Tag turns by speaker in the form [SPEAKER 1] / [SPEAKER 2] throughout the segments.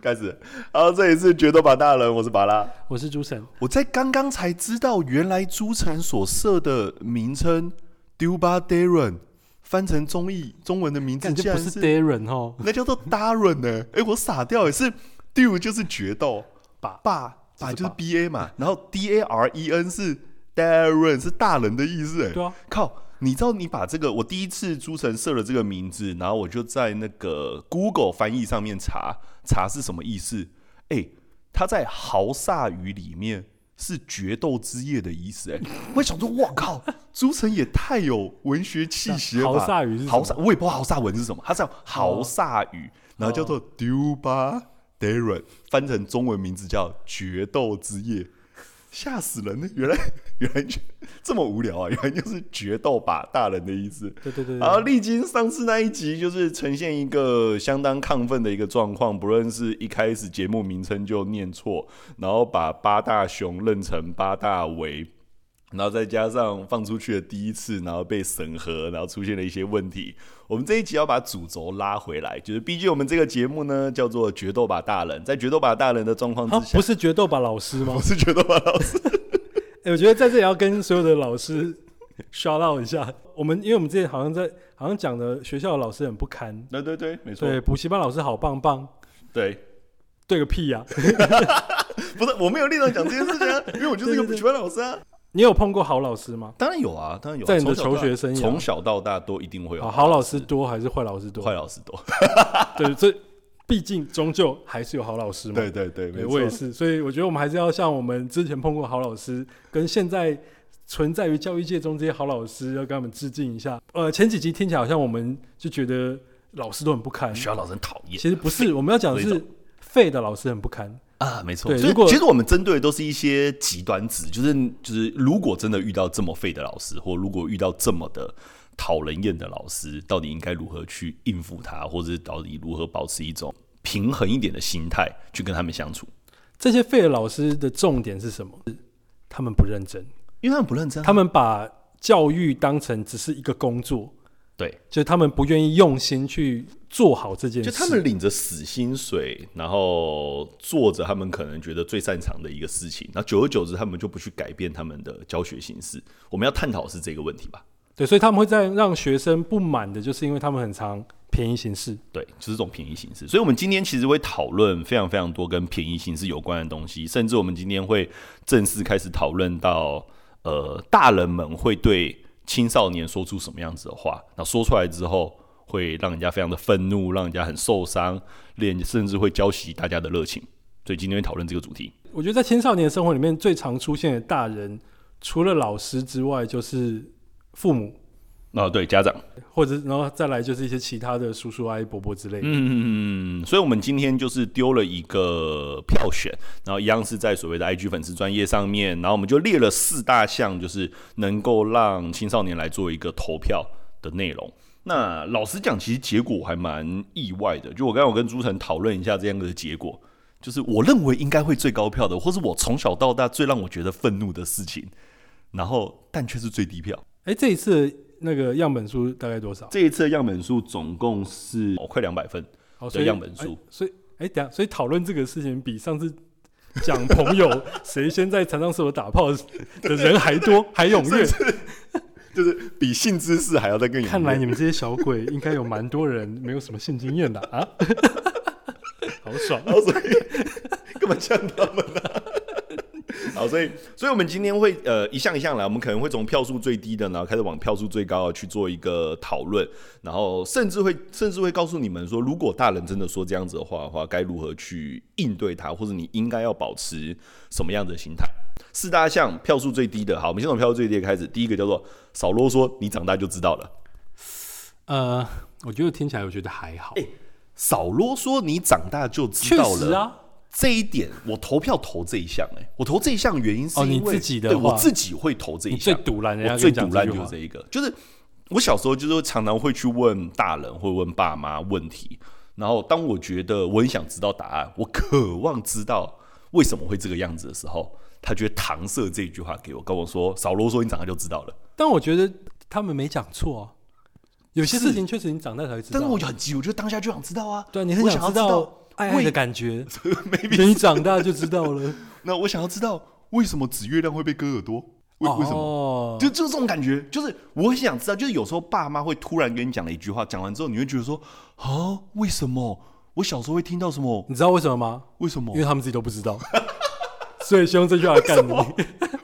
[SPEAKER 1] 开始。然后这里是决斗吧大人，我是巴拉。
[SPEAKER 2] 我是朱晨，
[SPEAKER 1] 我在刚刚才知道，原来朱晨所设的名称 Duba Darren 翻成中译中文的名字
[SPEAKER 2] 感
[SPEAKER 1] 竟
[SPEAKER 2] 觉不
[SPEAKER 1] 然
[SPEAKER 2] 是
[SPEAKER 1] 是
[SPEAKER 2] Darren 哦，
[SPEAKER 1] 那叫做 Darren 呢、哎、我傻掉也是 Du 就是决斗，
[SPEAKER 2] 爸
[SPEAKER 1] 爸爸
[SPEAKER 2] 是
[SPEAKER 1] 就是
[SPEAKER 2] 爸
[SPEAKER 1] B A 嘛，然后 D A R E N 是 Darren 是大人的意思、哎，
[SPEAKER 2] 对啊，
[SPEAKER 1] 靠！你知道你把这个，我第一次朱晨设了这个名字，然后我就在那个 Google 翻译上面查查是什么意思。哎、他在豪萨语里面是决斗之夜的意思、哎，我想说，哇靠，朱晨也太有文学气息了吧！
[SPEAKER 2] 那豪萨语是什么哦
[SPEAKER 1] 豪萨，我也不知道豪萨文是什么，它叫豪萨语，然后叫做 Duba Darren，翻成中文名字叫决斗之夜。吓死人了！原来 原来就这么无聊啊！原来就是决斗吧大人的意思。
[SPEAKER 2] 对对对
[SPEAKER 1] 然后
[SPEAKER 2] 对，
[SPEAKER 1] 历经上次那一集，就是呈现一个相当亢奋的一个状况，不论是一开始节目名称就念错，然后把八大熊认成八大为。然后再加上放出去的第一次，然后被审核，然后出现了一些问题。我们这一集要把主轴拉回来，就是毕竟我们这个节目呢叫做《决斗吧大人》，在《决斗吧大人》的状况
[SPEAKER 2] 啊，
[SPEAKER 1] 之下，
[SPEAKER 2] 不是决斗吧老师吗
[SPEAKER 1] 我？是决斗吧老师，
[SPEAKER 2] 哎、我觉得在这里要跟所有的老师 shout out 一下，我们因为我们之前好像在好像讲的学校的老师很不堪，
[SPEAKER 1] 对对对，没错，
[SPEAKER 2] 对，补习班老师好棒棒，
[SPEAKER 1] 对，
[SPEAKER 2] 对个屁呀、
[SPEAKER 1] 不是，我没有立场讲这件事情、 啊，因为我就是一个补习班老师啊。
[SPEAKER 2] 你有碰过好老师吗？
[SPEAKER 1] 当然有啊，当然有啊、
[SPEAKER 2] 在你的
[SPEAKER 1] 从小到大
[SPEAKER 2] 求学生涯
[SPEAKER 1] 从小到大都一定会有
[SPEAKER 2] 啊，好老师多还是坏老师多？
[SPEAKER 1] 坏老师多。
[SPEAKER 2] 对，这毕竟终究还是有好老师嘛。
[SPEAKER 1] 对对对，没
[SPEAKER 2] 对，
[SPEAKER 1] 错
[SPEAKER 2] 我也。是，所以我觉得我们还是要像我们之前碰过好老师，跟现在存在于教育界中这些好老师，要跟他们致敬一下。呃，前几集听起来好像我们就觉得老师都很不堪，
[SPEAKER 1] 学校老师很讨厌
[SPEAKER 2] 其实不是，我们要讲的
[SPEAKER 1] 所以
[SPEAKER 2] 是废的老师很不堪。
[SPEAKER 1] 啊，没错。
[SPEAKER 2] 对
[SPEAKER 1] 所以
[SPEAKER 2] 如果
[SPEAKER 1] 其实我们针对的都是一些极端值，就是就是，如果真的遇到这么废的老师，或如果遇到这么的讨人厌的老师，到底应该如何去应付他，或者是到底如何保持一种平衡一点的心态去跟他们相处？
[SPEAKER 2] 这些废的老师的重点是什么？是他们不认真，
[SPEAKER 1] 因为他们不认真啊、
[SPEAKER 2] 他们把教育当成只是一个工作，
[SPEAKER 1] 对，
[SPEAKER 2] 就是他们不愿意用心去做好这件事。
[SPEAKER 1] 就他们领着死薪水，然后做着他们可能觉得最擅长的一个事情，那久而久之，他们就不去改变他们的教学形式。我们要探讨的是这个问题吧？
[SPEAKER 2] 对，所以他们会在让学生不满的，就是因为他们很常便宜行事。
[SPEAKER 1] 对，就是这种便宜形式。所以，我们今天其实会讨论非常非常多跟便宜形式有关的东西，甚至我们今天会正式开始讨论到，呃，大人们会对青少年说出什么样子的话，那说出来之后。会让人家非常的愤怒，让人家很受伤，连甚至会浇熄大家的热情。所以今天会讨论这个主题。
[SPEAKER 2] 我觉得在青少年生活里面最常出现的大人，除了老师之外，就是父母，
[SPEAKER 1] 啊，对家长，
[SPEAKER 2] 或者然后再来就是一些其他的叔叔阿姨、伯伯之类的。
[SPEAKER 1] 嗯，所以我们今天就是丢了一个票选，然后一样是在所谓的 IG 粉丝专业上面，然后我们就列了四大项，就是能够让青少年来做一个投票的内容。那老实讲，其实结果我还蛮意外的，就我刚才我跟朱晨讨论一下这样的结果，就是我认为应该会最高票的，或是我从小到大最让我觉得愤怒的事情，然后但却是最低票。
[SPEAKER 2] 哎、这一次那个样本数大概多少？
[SPEAKER 1] 这一次的样本数总共是哦快两百分，
[SPEAKER 2] 好，
[SPEAKER 1] 对样本数
[SPEAKER 2] 哎所以，哎、等一下，所以讨论这个事情比上次讲朋友 谁先在残障厕所打炮的人还多，还踊跃。
[SPEAKER 1] 就是比性知识还要再更有。
[SPEAKER 2] 看来你们这些小鬼应该有蛮多人没有什么性经验的啊，好爽。
[SPEAKER 1] 然后所以 根本像他们啊。 好，所以，所以我们今天会呃一项一项来，我们可能会从票数最低的，然后开始往票数最高啊的去做一个讨论，然后甚至会甚至会告诉你们说，如果大人真的说这样子的话的话，该如何去应对它，或者你应该要保持什么样的心态。四大项票数最低的，好，我们先从票数最低的开始。第一个叫做少啰嗦，你长大就知道了。
[SPEAKER 2] 呃，我觉得听起来我觉得还好，
[SPEAKER 1] 哎少啰嗦，你长大就知
[SPEAKER 2] 确
[SPEAKER 1] 道了。
[SPEAKER 2] 实啊，
[SPEAKER 1] 这一点，我投票投这一项，哎，我投这一项原因是
[SPEAKER 2] 哦
[SPEAKER 1] 因为、
[SPEAKER 2] 你自己的
[SPEAKER 1] 对
[SPEAKER 2] 话
[SPEAKER 1] 我自己会投这一
[SPEAKER 2] 你最
[SPEAKER 1] 项。
[SPEAKER 2] 堵拦人家
[SPEAKER 1] 我
[SPEAKER 2] 跟
[SPEAKER 1] 最
[SPEAKER 2] 你讲
[SPEAKER 1] 堵
[SPEAKER 2] 这
[SPEAKER 1] 烂
[SPEAKER 2] 句
[SPEAKER 1] 就是
[SPEAKER 2] 话
[SPEAKER 1] 这，一个，就是我小时候就是常常会去问大人，会问爸妈问题，然后当我觉得我很想知道答案，我渴望知道为什么会这个样子的时候，他就会搪塞这一句话给我，跟我说少啰嗦，你长大就知道了。
[SPEAKER 2] 但我觉得他们没讲错啊，有些事情确实你长大才会知道，
[SPEAKER 1] 但是我就很急，我就当下就想知道啊，
[SPEAKER 2] 对啊你很哎
[SPEAKER 1] 我
[SPEAKER 2] 想
[SPEAKER 1] 想要
[SPEAKER 2] 知道
[SPEAKER 1] 道
[SPEAKER 2] 爱爱的感觉，等 你长大就知道 了。
[SPEAKER 1] 那我想要知道为什么紫月亮会被割耳朵？为为什么？
[SPEAKER 2] 哦
[SPEAKER 1] 就就是这种感觉，就是我很想知道，就是有时候爸妈会突然跟你讲了一句话，讲完之后你会觉得说啊，为什么？我小时候会听到什么？
[SPEAKER 2] 你知道为什么吗？
[SPEAKER 1] 为什么
[SPEAKER 2] 因为？他们自己都不知道， 所以是用这句话来干你。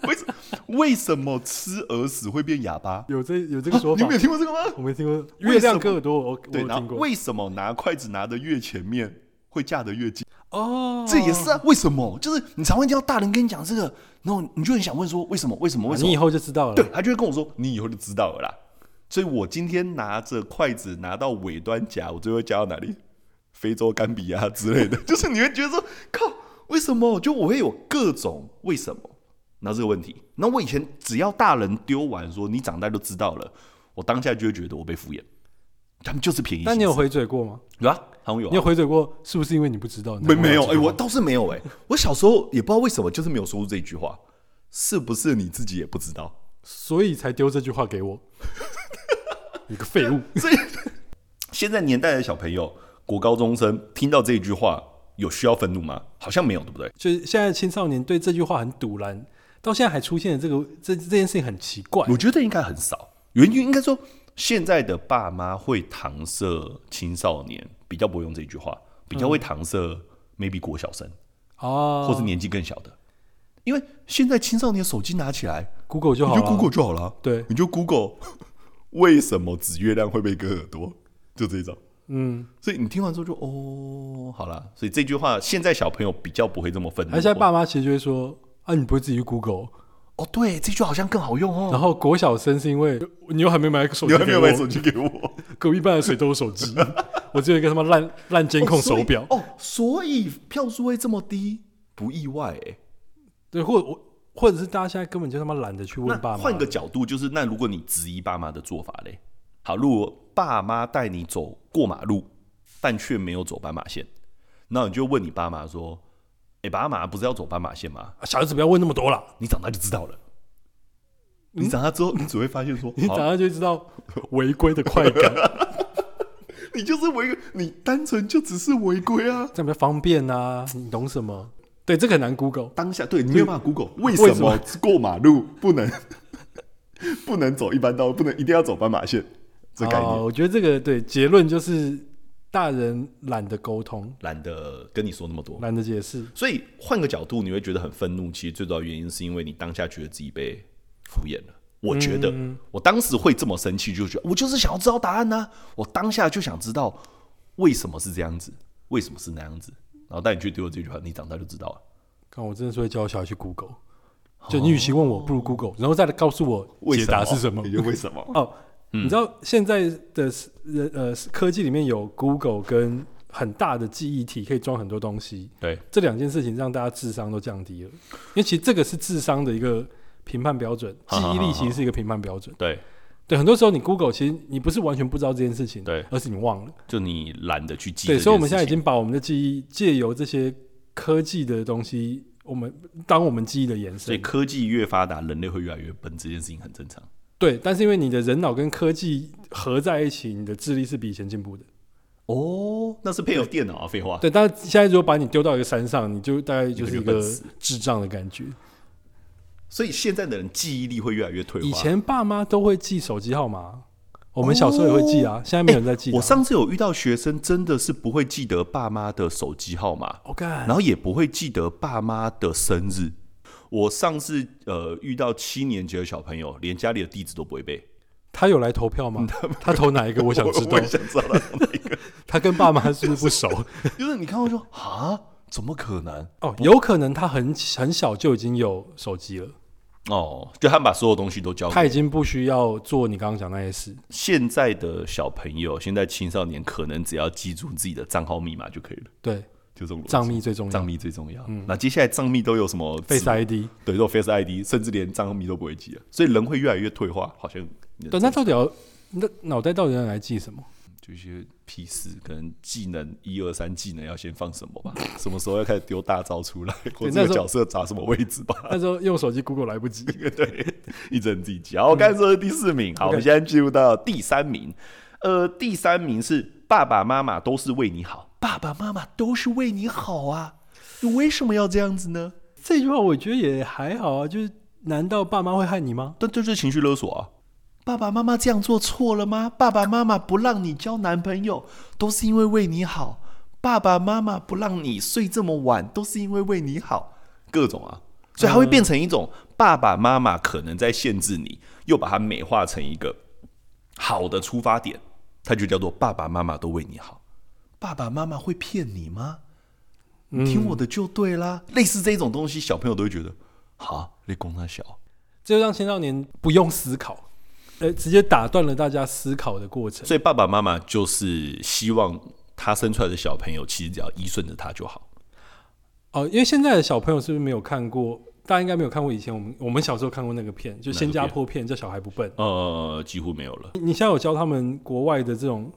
[SPEAKER 1] 为什 为什么吃耳屎会变哑巴？
[SPEAKER 2] 有这有这个说
[SPEAKER 1] 你
[SPEAKER 2] 法
[SPEAKER 1] 没有，听过这个吗？
[SPEAKER 2] 我没听过。
[SPEAKER 1] 为
[SPEAKER 2] 月
[SPEAKER 1] 什
[SPEAKER 2] 亮
[SPEAKER 1] 么
[SPEAKER 2] 割耳朵，我我
[SPEAKER 1] 对，
[SPEAKER 2] 有
[SPEAKER 1] 然
[SPEAKER 2] 听
[SPEAKER 1] 后
[SPEAKER 2] 过。
[SPEAKER 1] 为什么拿筷子拿的越前面会架得越近？
[SPEAKER 2] 哦，
[SPEAKER 1] 这也是啊，为什么？就是你常会听到大人跟你讲这个，然后你就很想问说为什么？为什么？为什
[SPEAKER 2] 啊你以
[SPEAKER 1] 么？
[SPEAKER 2] 后就知道了。
[SPEAKER 1] 对，他就会跟我说你以后就知道了啦。所以我今天拿着筷子拿到尾端夹，我最后夹到哪里？非洲甘比亚之类的， 就是你会觉得说靠，为什么？就我会有各种为什么？那这个问题，那我以前只要大人丢完说你长大就知道了，我当下就会觉得我被敷衍，他们就是便宜行事。
[SPEAKER 2] 但你有回嘴过吗？
[SPEAKER 1] 有啊？他们有啊
[SPEAKER 2] 你有回嘴过，是不是因为你不知道？
[SPEAKER 1] 没没有，哎、
[SPEAKER 2] 哎，
[SPEAKER 1] 我倒是没有、哎，我小时候也不知道为什么，就是没有说出这句话，是不是你自己也不知道？
[SPEAKER 2] 所以才丢这句话 给我。你个废物！
[SPEAKER 1] 所以现在年代的小朋友，国高中生听到这一句话，有需要愤怒吗？好像没有，对不对？
[SPEAKER 2] 就是现在青少年对这句话很堵然，到现在还出现了这个这这件事情很奇怪。
[SPEAKER 1] 我觉得应该很少，原因应该说，现在的爸妈会搪塞青少年，比较不会用这句话，比较会搪塞 maybe 国小生、
[SPEAKER 2] 哦，
[SPEAKER 1] 或是年纪更小的，因为现在青少年手机拿起来，
[SPEAKER 2] Google 就好
[SPEAKER 1] 你
[SPEAKER 2] 了。
[SPEAKER 1] 就 Google 就好了啊。
[SPEAKER 2] 对
[SPEAKER 1] 你就 Google 为什么紫月亮会被割耳朵，就这一种。
[SPEAKER 2] 嗯，
[SPEAKER 1] 所以你听完之后就哦，好啦。所以这句话现在小朋友比较不会这么愤怒。
[SPEAKER 2] 而现在爸妈其实就会说啊，你不会自己去 Google。
[SPEAKER 1] 哦，对，这句好像更好用哦。
[SPEAKER 2] 然后国小生是因为你又还没买个手
[SPEAKER 1] 你
[SPEAKER 2] 机
[SPEAKER 1] 还没
[SPEAKER 2] 给
[SPEAKER 1] 有
[SPEAKER 2] 我
[SPEAKER 1] 买，手机 给我？
[SPEAKER 2] 隔壁班的谁都有 手机，我只有一个他妈烂烂监控手表。
[SPEAKER 1] 哦，所以票数会这么低，不意外哎、
[SPEAKER 2] 对，或我或者是大家现在根本就他妈懒得去问爸
[SPEAKER 1] 那
[SPEAKER 2] 妈。
[SPEAKER 1] 换个角度，就是那如果你质疑爸妈的做法嘞，好，如果爸妈带你走过马路，但却没有走斑马线，那你就问你爸妈说：“哎、爸妈不是要走斑马线吗？
[SPEAKER 2] 啊小孩子不要问那么多啦，
[SPEAKER 1] 你长大就知道了。”你长大之后，你只会发现说，
[SPEAKER 2] 嗯
[SPEAKER 1] 哦
[SPEAKER 2] 你
[SPEAKER 1] 好
[SPEAKER 2] 长大就知道违规的快感，
[SPEAKER 1] 你就是违规，你单纯就只是违规啊。
[SPEAKER 2] 这样比较方便啊，你懂什么？对，这个很难 Google。
[SPEAKER 1] 当下对你没有办法 Google 为
[SPEAKER 2] 什么
[SPEAKER 1] 什么过马路不能 不能走一般道，路，不能一定要走斑马线，这概
[SPEAKER 2] 哦
[SPEAKER 1] 念
[SPEAKER 2] 我觉得这个对结论就是大人懒得沟通，
[SPEAKER 1] 懒得跟你说那么多。
[SPEAKER 2] 懒得解释。
[SPEAKER 1] 所以换个角度，你会觉得很愤怒。其实最主要原因是因为你当下觉得自己被敷衍了。我觉得、
[SPEAKER 2] 嗯
[SPEAKER 1] 我当时会这么生气，就觉得我就是想要知道答案呢、啊我当下就想知道为什么是这样子，为什么是那样子。然后带你去丢了这句话，你长大就知道了。
[SPEAKER 2] 看，我真的是会教小孩去 Google。就你与其问我，不如 Google，然后再来告诉我
[SPEAKER 1] 哦为
[SPEAKER 2] 解
[SPEAKER 1] 什
[SPEAKER 2] 答是什么
[SPEAKER 1] 你。就为嗯什么？
[SPEAKER 2] 哦，你知道现在的人呃科技里面有 Google 跟很大的记忆体可以装很多东西，
[SPEAKER 1] 对，
[SPEAKER 2] 这两件事情让大家智商都降低了，因为其实这个是智商的一个评判标准，记
[SPEAKER 1] 好好
[SPEAKER 2] 忆力
[SPEAKER 1] 好
[SPEAKER 2] 其实是一个评判标准。
[SPEAKER 1] 对，
[SPEAKER 2] 对，很多时候你 Google 其实你不是完全不知道这件事情，
[SPEAKER 1] 对
[SPEAKER 2] 而是你忘了。
[SPEAKER 1] 就你懒得去记这件
[SPEAKER 2] 对，
[SPEAKER 1] 事情。
[SPEAKER 2] 所以我们现在已经把我们的记忆借由这些科技的东西，我们当我们记忆的延
[SPEAKER 1] 所以
[SPEAKER 2] 伸。
[SPEAKER 1] 科技越发达，人类会越来越笨，这件事情很正常。
[SPEAKER 2] 对，但是因为你的人脑跟科技合在一起，你的智力是比以前进步的。
[SPEAKER 1] 哦，那是配合电脑啊，废话。
[SPEAKER 2] 对，但是现在如果把你丢到一个山上，你就大概就是一
[SPEAKER 1] 你可能就
[SPEAKER 2] 个
[SPEAKER 1] 笨死
[SPEAKER 2] 智障的感觉。
[SPEAKER 1] 所以现在的人记忆力会越来越退化。
[SPEAKER 2] 以前爸妈都会记手机号码，我们小时候也会记啊，现在没有人在记、啊
[SPEAKER 1] 哦我上次有遇到学生，真的是不会记得爸妈的手机号码，
[SPEAKER 2] 我哦干、
[SPEAKER 1] 然后也不会记得爸妈的生日。我上次呃遇到七年级的小朋友，连家里的地址都不会背。
[SPEAKER 2] 他有来 投票吗？他投哪一个？我想知道
[SPEAKER 1] 我。也想知道他从哪里来
[SPEAKER 2] 他跟爸妈是不是 不熟？
[SPEAKER 1] 就是你看到说啊，怎么可能？
[SPEAKER 2] 哦，有可能他很很小就已经有手机了，
[SPEAKER 1] 哦，就他们把所有东西都交给
[SPEAKER 2] 他已经不需要做你刚刚讲那些事。
[SPEAKER 1] 现在的小朋友，现在青少年可能只要记住自己的账号密码就可以了，
[SPEAKER 2] 对，
[SPEAKER 1] 就这种逻辑
[SPEAKER 2] 账密嗯最重要
[SPEAKER 1] 账密最重要。那接下来账密都有什 么
[SPEAKER 2] ，Face
[SPEAKER 1] 指
[SPEAKER 2] ID。
[SPEAKER 1] 对，都有 Face ID，甚至连账密都不会记了，所以人会越来越退化，好像
[SPEAKER 2] 对，那到底要那脑袋到底要来记什么？
[SPEAKER 1] 就一些屁事，可能技能一二三技能要先放什么吧，什么时候要开始丢大招出来，或
[SPEAKER 2] 那
[SPEAKER 1] 这
[SPEAKER 2] 时
[SPEAKER 1] 个
[SPEAKER 2] 候
[SPEAKER 1] 角色砸什么位置吧。
[SPEAKER 2] 那时候用手机 Google 来不及。
[SPEAKER 1] 对，一整自己记。好，我刚才说的第四名，好，我们现在进入到第三名。呃，第三名是爸爸妈妈都是为你好，爸爸妈妈都是为你好啊，你为什么要这样子呢？
[SPEAKER 2] 这句话我觉得也还好啊，就是难道爸妈会害你吗？
[SPEAKER 1] 但这就是情绪勒索啊！爸爸妈妈这样做错了吗？爸爸妈妈不让你交男朋友，都是因为为你好；爸爸妈妈不让你睡这么晚，都是因为为你好。各种啊，所以它会变成一种爸爸妈妈可能在限制你，又把它美化成一个好的出发点，它就叫做爸爸妈妈都为你好。爸爸妈妈会骗你吗？你听我的就对啦。类似这种东西，小朋友都会觉得，哈，你供他小。
[SPEAKER 2] 这就让青少年不用思考，呃，直接打断了大家思考的过程。
[SPEAKER 1] 所以爸爸妈妈就是希望他生出来的小朋友，其实只要依顺着他就好。
[SPEAKER 2] 哦，因为现在的小朋友是不是没有看过？大家应该没有看过以前我们我们小时候看过那个片，就新加坡片叫《小孩不笨》。
[SPEAKER 1] 呃，几乎没有了，
[SPEAKER 2] 你你现在有教他们国外的这种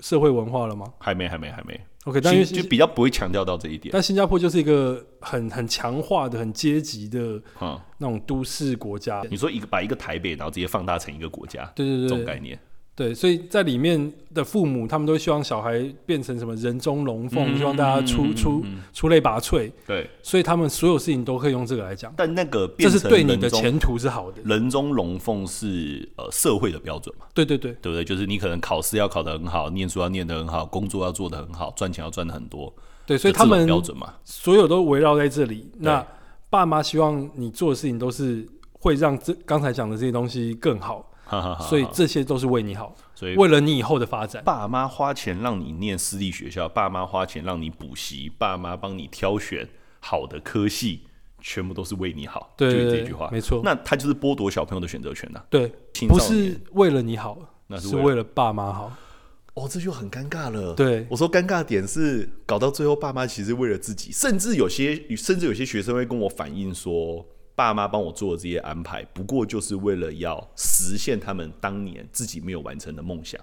[SPEAKER 2] 社会文化了吗
[SPEAKER 1] 还没，还没，还没。
[SPEAKER 2] ？OK，但因为
[SPEAKER 1] 新就比较不会强调到这一点。
[SPEAKER 2] 但新加坡就是一个很很强化的、很阶级的
[SPEAKER 1] 嗯，
[SPEAKER 2] 那种都市国家。
[SPEAKER 1] 你说一个把一个台北，然后直接放大成一个国家，
[SPEAKER 2] 对对
[SPEAKER 1] 这种
[SPEAKER 2] 对，
[SPEAKER 1] 概念。
[SPEAKER 2] 对，所以在里面的父母，他们都希望小孩变成什么人中龙凤，
[SPEAKER 1] 嗯
[SPEAKER 2] 希望大家出
[SPEAKER 1] 嗯嗯
[SPEAKER 2] 出
[SPEAKER 1] 嗯
[SPEAKER 2] 出类拔萃，
[SPEAKER 1] 对，
[SPEAKER 2] 所以他们所有事情都可以用这个来讲，
[SPEAKER 1] 但那个
[SPEAKER 2] 这
[SPEAKER 1] 变
[SPEAKER 2] 是
[SPEAKER 1] 成
[SPEAKER 2] 对你的
[SPEAKER 1] 人中
[SPEAKER 2] 前途是好的。
[SPEAKER 1] 人中龙凤是呃社会的标准嘛，
[SPEAKER 2] 对对对，
[SPEAKER 1] 对不对？就是你可能考试要考得很好，念书要念得很好，工作要做得很好，赚钱要赚得很多，
[SPEAKER 2] 对，所以
[SPEAKER 1] 就
[SPEAKER 2] 他
[SPEAKER 1] 这种
[SPEAKER 2] 们
[SPEAKER 1] 标准嘛，
[SPEAKER 2] 所有都围绕在这里。那爸妈希望你做的事情都是会让这刚才讲的这些东西更好，
[SPEAKER 1] 哈哈哈哈
[SPEAKER 2] 所以这些都是为你好，
[SPEAKER 1] 所以
[SPEAKER 2] 为了你以后的发展。
[SPEAKER 1] 爸妈花钱让你念私立学校，爸妈花钱让你补习，爸妈帮你挑选好的科系，全部都是为你好，
[SPEAKER 2] 对
[SPEAKER 1] 就
[SPEAKER 2] 对
[SPEAKER 1] 是
[SPEAKER 2] 对，
[SPEAKER 1] 这句话。
[SPEAKER 2] 没错。
[SPEAKER 1] 那他就是剥夺小朋友的选择权啊呐、
[SPEAKER 2] 对，
[SPEAKER 1] 青
[SPEAKER 2] 不
[SPEAKER 1] 少年
[SPEAKER 2] 是为了你好，
[SPEAKER 1] 那是
[SPEAKER 2] 是
[SPEAKER 1] 为了
[SPEAKER 2] 为了爸妈好。
[SPEAKER 1] 哦，这就很尴尬了。
[SPEAKER 2] 对
[SPEAKER 1] 我说尴尬的点是搞到最后，爸妈其实为了自己，甚至有些甚至有些学生会跟我反映说，爸妈帮我做的这些安排，不过就是为了要实现他们当年自己没有完成的梦想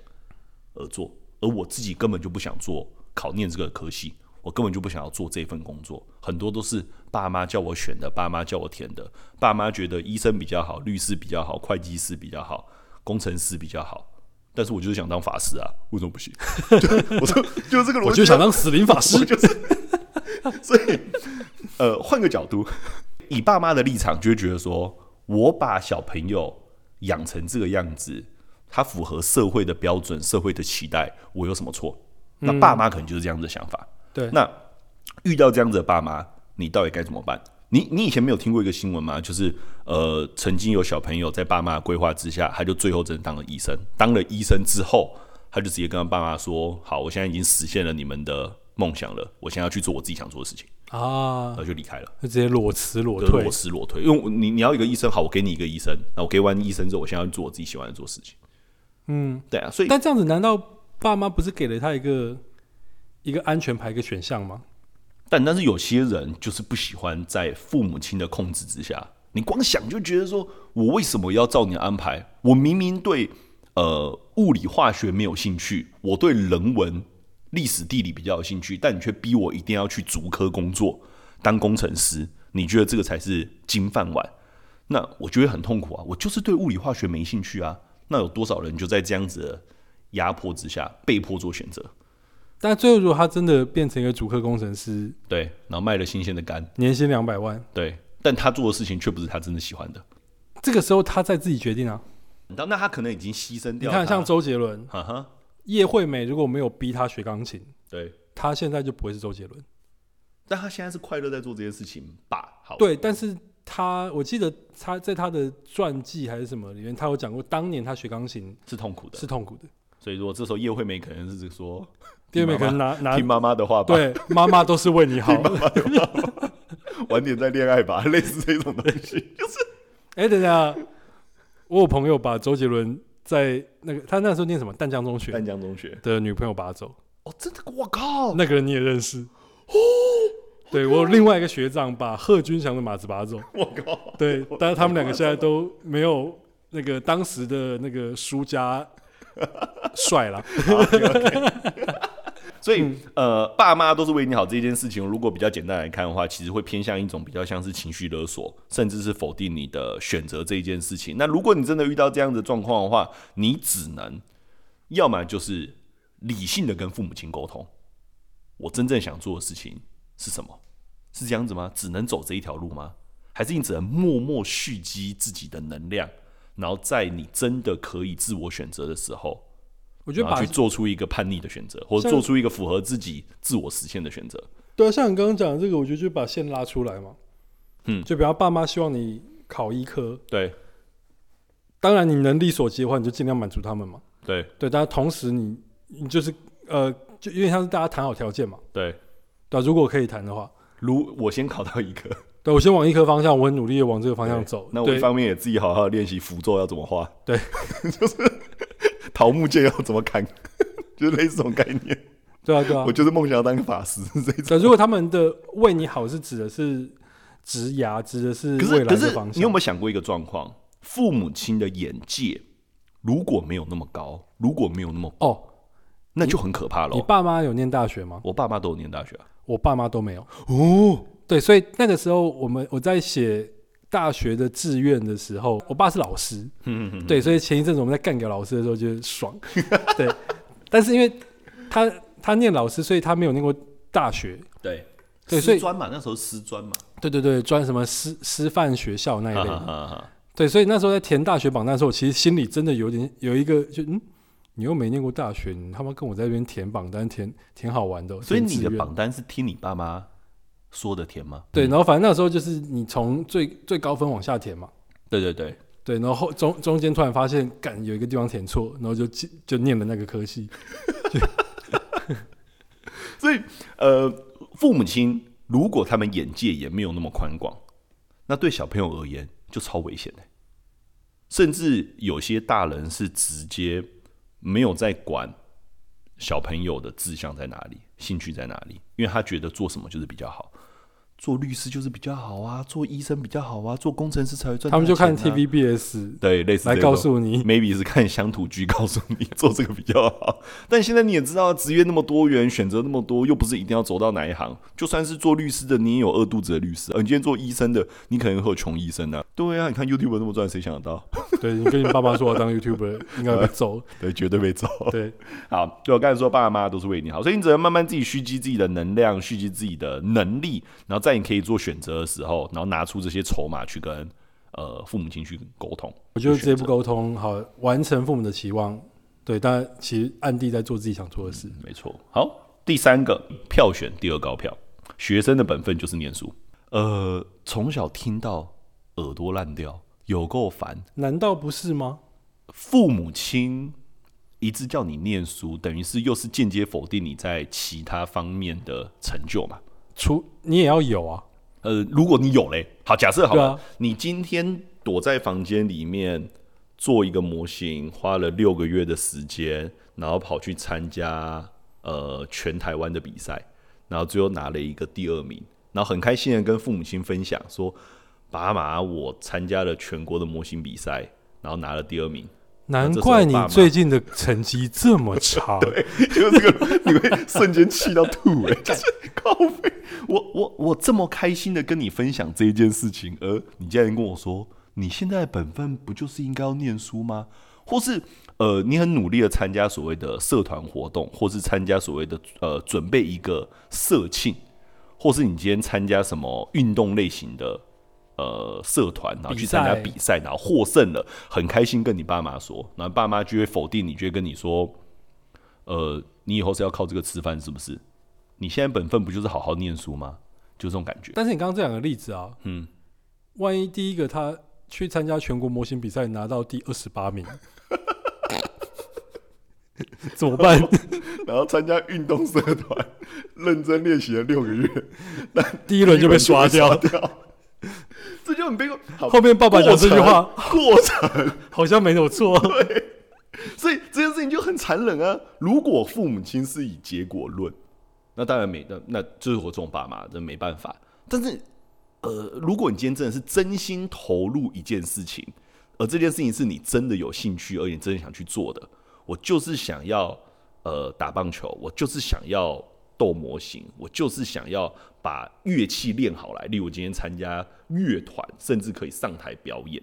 [SPEAKER 1] 而做，而我自己根本就不想做考念这个科系。我根本就不想要做这份工作，很多都是爸妈叫我选的，爸妈叫我填的，爸妈觉得医生比较好，律师比较好，会计师比较好，工程师比较好，但是我就是想当法师啊，为什么不行？ 就我说就这个逻辑啊，
[SPEAKER 2] 我就想当死灵法
[SPEAKER 1] 我
[SPEAKER 2] 师。
[SPEAKER 1] 就是，所以呃，换个角度，以爸妈的立场就会觉得说，我把小朋友养成这个样子，他符合社会的标准、社会的期待，我有什么错？那爸妈可能就是这样子的想法。
[SPEAKER 2] 对，
[SPEAKER 1] 那遇到这样子的爸妈，你到底该怎么办？你你以前没有听过一个新闻吗？就是呃，曾经有小朋友在爸妈的规划之下，他就最后真的当了医生。当了医生之后，他就直接跟他爸妈说：“好，我现在已经实现了你们的梦想了，我现在要去做我自己想做的事情。”
[SPEAKER 2] 啊
[SPEAKER 1] 然，后就离开了，
[SPEAKER 2] 就直接裸辞裸
[SPEAKER 1] 就
[SPEAKER 2] 退
[SPEAKER 1] 裸。辞裸退。因为我你你要一个医生，好，我给你一个医生，那我给完医生之后，我现在要做我自己喜欢的做事情。嗯，对啊，所以
[SPEAKER 2] 但这样子，难道爸妈不是给了他一个一个安全牌、一个选项吗？
[SPEAKER 1] 但但是有些人就是不喜欢在父母亲的控制之下，你光想就觉得说，我为什么要照你的安排？我明明对呃物理化学没有兴趣，我对人文、历史、地理比较有兴趣，但你却逼我一定要去足科工作，当工程师，你觉得这个才是金饭碗？那我就会很痛苦啊！我就是对物理化学没兴趣啊！那有多少人就在这样子的压迫之下被迫做选择？
[SPEAKER 2] 但最后，如果他真的变成一个主科工程师，
[SPEAKER 1] 对，然后卖了新鲜的肝。
[SPEAKER 2] 年薪两百万，
[SPEAKER 1] 对，但他做的事情却不是他真的喜欢的。
[SPEAKER 2] 这个时候他再自己决定啊。
[SPEAKER 1] 那那他可能已经牺牲
[SPEAKER 2] 你
[SPEAKER 1] 掉。
[SPEAKER 2] 看，像，周杰伦、
[SPEAKER 1] 哈哈，
[SPEAKER 2] 叶惠美，如果没有逼他学钢琴，
[SPEAKER 1] 对，
[SPEAKER 2] 他现在就不会是周杰伦。
[SPEAKER 1] 但他现在是快乐在做这件事情吧？好，
[SPEAKER 2] 对，但是他，我记得他在他的传记还是什么里面，他有讲过，当年他学钢琴
[SPEAKER 1] 是痛苦的。
[SPEAKER 2] 是痛苦的，
[SPEAKER 1] 所以如果这时候叶惠美可能是说，
[SPEAKER 2] 因
[SPEAKER 1] 听
[SPEAKER 2] 为
[SPEAKER 1] 妈
[SPEAKER 2] 可能拿拿
[SPEAKER 1] 听妈妈的话吧，
[SPEAKER 2] 对妈妈都是为你 好。
[SPEAKER 1] 晚点再恋爱吧，类似这种东 西。
[SPEAKER 2] 哎、等一下，我有朋友把周杰伦在那个他那时候念什么淡江中学
[SPEAKER 1] 淡江中学，
[SPEAKER 2] 的女朋友拔走，
[SPEAKER 1] 哦，真的，我靠，
[SPEAKER 2] 那个人你也认识哦。对我有另外一个学长把贺军翔的马子拔走，
[SPEAKER 1] 我靠，
[SPEAKER 2] 对，但是他们两个现在都没有那个当时的那个输家 帅了。
[SPEAKER 1] 所以、呃，爸妈都是为你好这件事情，如果比较简单来看的话，其实会偏向一种比较像是情绪勒索，甚至是否定你的选择这一件事情。那如果你真的遇到这样的状况的话，你只能要么就是理性的跟父母亲沟通，我真正想做的事情是什么？是这样子吗？只能走这一条路吗？还是你只能默默蓄积自己的能量，然后在你真的可以自我选择的时候，
[SPEAKER 2] 我觉
[SPEAKER 1] 然
[SPEAKER 2] 得
[SPEAKER 1] 后
[SPEAKER 2] 把
[SPEAKER 1] 去做出一个叛逆的选择，或者
[SPEAKER 2] 像
[SPEAKER 1] 做出一个符合自己自我实现的选择？
[SPEAKER 2] 对啊，像你刚刚讲的这个，我觉得就把线拉出来嘛。
[SPEAKER 1] 嗯
[SPEAKER 2] 就比方爸妈希望你考医科，
[SPEAKER 1] 对
[SPEAKER 2] 当然你能力所及的话，你就尽量满足他们嘛。
[SPEAKER 1] 对
[SPEAKER 2] 对，但同时你你就是呃，就有点像是大家谈好条件嘛。
[SPEAKER 1] 对，
[SPEAKER 2] 对、啊，如果可以谈的话，
[SPEAKER 1] 如我先考到一个
[SPEAKER 2] 对我先往医科方向，我很努力的往这个方向走。
[SPEAKER 1] 那我
[SPEAKER 2] 对
[SPEAKER 1] 一方面也自己好好练习符咒要怎么画，
[SPEAKER 2] 对，
[SPEAKER 1] 就是桃木剑要怎么砍，就是类似这种概念。
[SPEAKER 2] 对啊对啊
[SPEAKER 1] 我。就是梦想要当个法师这一种。
[SPEAKER 2] 对，如果他们的为你好是指的是职涯，指的是
[SPEAKER 1] 可
[SPEAKER 2] 未
[SPEAKER 1] 是
[SPEAKER 2] 来
[SPEAKER 1] 可
[SPEAKER 2] 的
[SPEAKER 1] 是
[SPEAKER 2] 方向。
[SPEAKER 1] 你有没有想过一个状况？父母亲的眼界如果没有那么高，如果没有那么，
[SPEAKER 2] 哦，
[SPEAKER 1] 那就很可怕
[SPEAKER 2] 你
[SPEAKER 1] 喽。
[SPEAKER 2] 爸妈有念大学吗？
[SPEAKER 1] 我爸妈都有念大学啊、
[SPEAKER 2] 我爸妈都没有。哦，对，所以那个时候我们我在写大学的志愿的时候，我爸是老师，
[SPEAKER 1] 嗯，
[SPEAKER 2] 对，所以前一阵子我们在干掉老师的时候就是爽，对。 但是因为他他念老师，所以他没有念过大学，
[SPEAKER 1] 对
[SPEAKER 2] 对所以
[SPEAKER 1] 师专嘛，那时候师专嘛，
[SPEAKER 2] 对对对，专什么师师范学校那一
[SPEAKER 1] 哈
[SPEAKER 2] 类
[SPEAKER 1] 啊哈哈
[SPEAKER 2] 的，
[SPEAKER 1] 哈
[SPEAKER 2] 对，所以那时候在填大学榜单的时候，其实心里真的有点有一个就嗯。你又没念过大学，你他妈跟我在这边填榜单，填填好玩的哦。
[SPEAKER 1] 所以
[SPEAKER 2] 填
[SPEAKER 1] 你
[SPEAKER 2] 志
[SPEAKER 1] 的
[SPEAKER 2] 愿
[SPEAKER 1] 榜单是听你爸妈说的填吗？
[SPEAKER 2] 对，然后反正那时候就是你从最最高分往下填嘛，
[SPEAKER 1] 对对对，
[SPEAKER 2] 对，然后后中中间突然发现，干有一个地方填错，然后就记就念了那个科系。
[SPEAKER 1] 所以呃，父母亲如果他们眼界也没有那么宽广，那对小朋友而言就超危险的、甚至有些大人是直接没有在管小朋友的志向在哪里、兴趣在哪里，因为他觉得做什么就是比较好，做律师就是比较好啊，做医生比较好啊，做工程师才会赚大钱啊、
[SPEAKER 2] 他们就看 TVBS
[SPEAKER 1] 对类似
[SPEAKER 2] 来
[SPEAKER 1] 这
[SPEAKER 2] 告
[SPEAKER 1] 种
[SPEAKER 2] 诉你，
[SPEAKER 1] maybe 是看乡土剧告诉你做这个比较好。但现在你也知道，职业那么多元，选择那么多，又不是一定要走到哪一行。就算是做律师的，你也有饿肚子的律师；，而、你今天做医生的，你可能会有穷医生啊。对啊，你看 YouTube 那么赚，谁想得到？
[SPEAKER 2] 对你跟你爸爸说我要当 YouTuber，应 该会被揍。
[SPEAKER 1] 对，绝对被揍。
[SPEAKER 2] 对，
[SPEAKER 1] 好，就我刚才说，爸妈都是为你好，所以你只能慢慢自己蓄积自己的能量，蓄积自己的能力，然后在你可以做选择的时候，然后拿出这些筹码去跟呃父母亲去沟通。
[SPEAKER 2] 我就直接不沟通，好完成父母的期望。对，但其实暗地在做自己想做的事。
[SPEAKER 1] 没错。好，第三个票选第二高票，学生的本分就是念书。呃，从小听到耳朵烂掉，有够烦。
[SPEAKER 2] 难道不是吗？
[SPEAKER 1] 父母亲一直叫你念书，等于是又是间接否定你在其他方面的成就嘛。
[SPEAKER 2] 除你也要有啊。
[SPEAKER 1] 呃，如果你有嘞，好，假设好了，
[SPEAKER 2] 对啊
[SPEAKER 1] 你今天躲在房间里面做一个模型，花了六个月的时间，然后跑去参加呃全台湾的比赛，然后最后拿了一个第二名，然后很开心的跟父母亲分享说，爸妈，我参加了全国的模型比赛，然后拿了第二名。
[SPEAKER 2] 难怪你最近的成绩这么 差。
[SPEAKER 1] 就是这个，你会瞬间气到吐哎、就是靠背，我我我这么开心的跟你分享这一件事情，而你竟然跟我说，你现在的本分不就是应该要念书吗？或是呃，你很努力的参加所谓的社团活动，或是参加所谓的呃准备一个社庆，或是你今天参加什么运动类型的呃社团，然后去参加
[SPEAKER 2] 比赛
[SPEAKER 1] 比赛，然后获胜了，很开心跟你爸妈说，然后爸妈就会否定你，就会跟你说，呃，你以后是要靠这个吃饭是不是？你现在本分不就是好好念书吗？就这种感觉。
[SPEAKER 2] 但是你刚刚这两个例子啊，嗯，万一第一个他去参加全国模型比赛拿到第二十八名， 怎么办？
[SPEAKER 1] 然后参加运动社团，认真练习了六个月，
[SPEAKER 2] 第一轮就被刷掉。
[SPEAKER 1] 掉，这就很悲观。好
[SPEAKER 2] 后面爸爸讲这句话，
[SPEAKER 1] 过程，过程
[SPEAKER 2] 好像没有 错。
[SPEAKER 1] 所以这件事情就很残忍啊！如果父母亲是以结果论，那当然没，那那就是我这种爸妈，这没办法。但是，呃，如果你今天真的是真心投入一件事情，而这件事情是你真的有兴趣，而你真的想去做的，我就是想要呃打棒球，我就是想要斗模型，我就是想要把乐器练好来。例如今天参加乐团，甚至可以上台表演。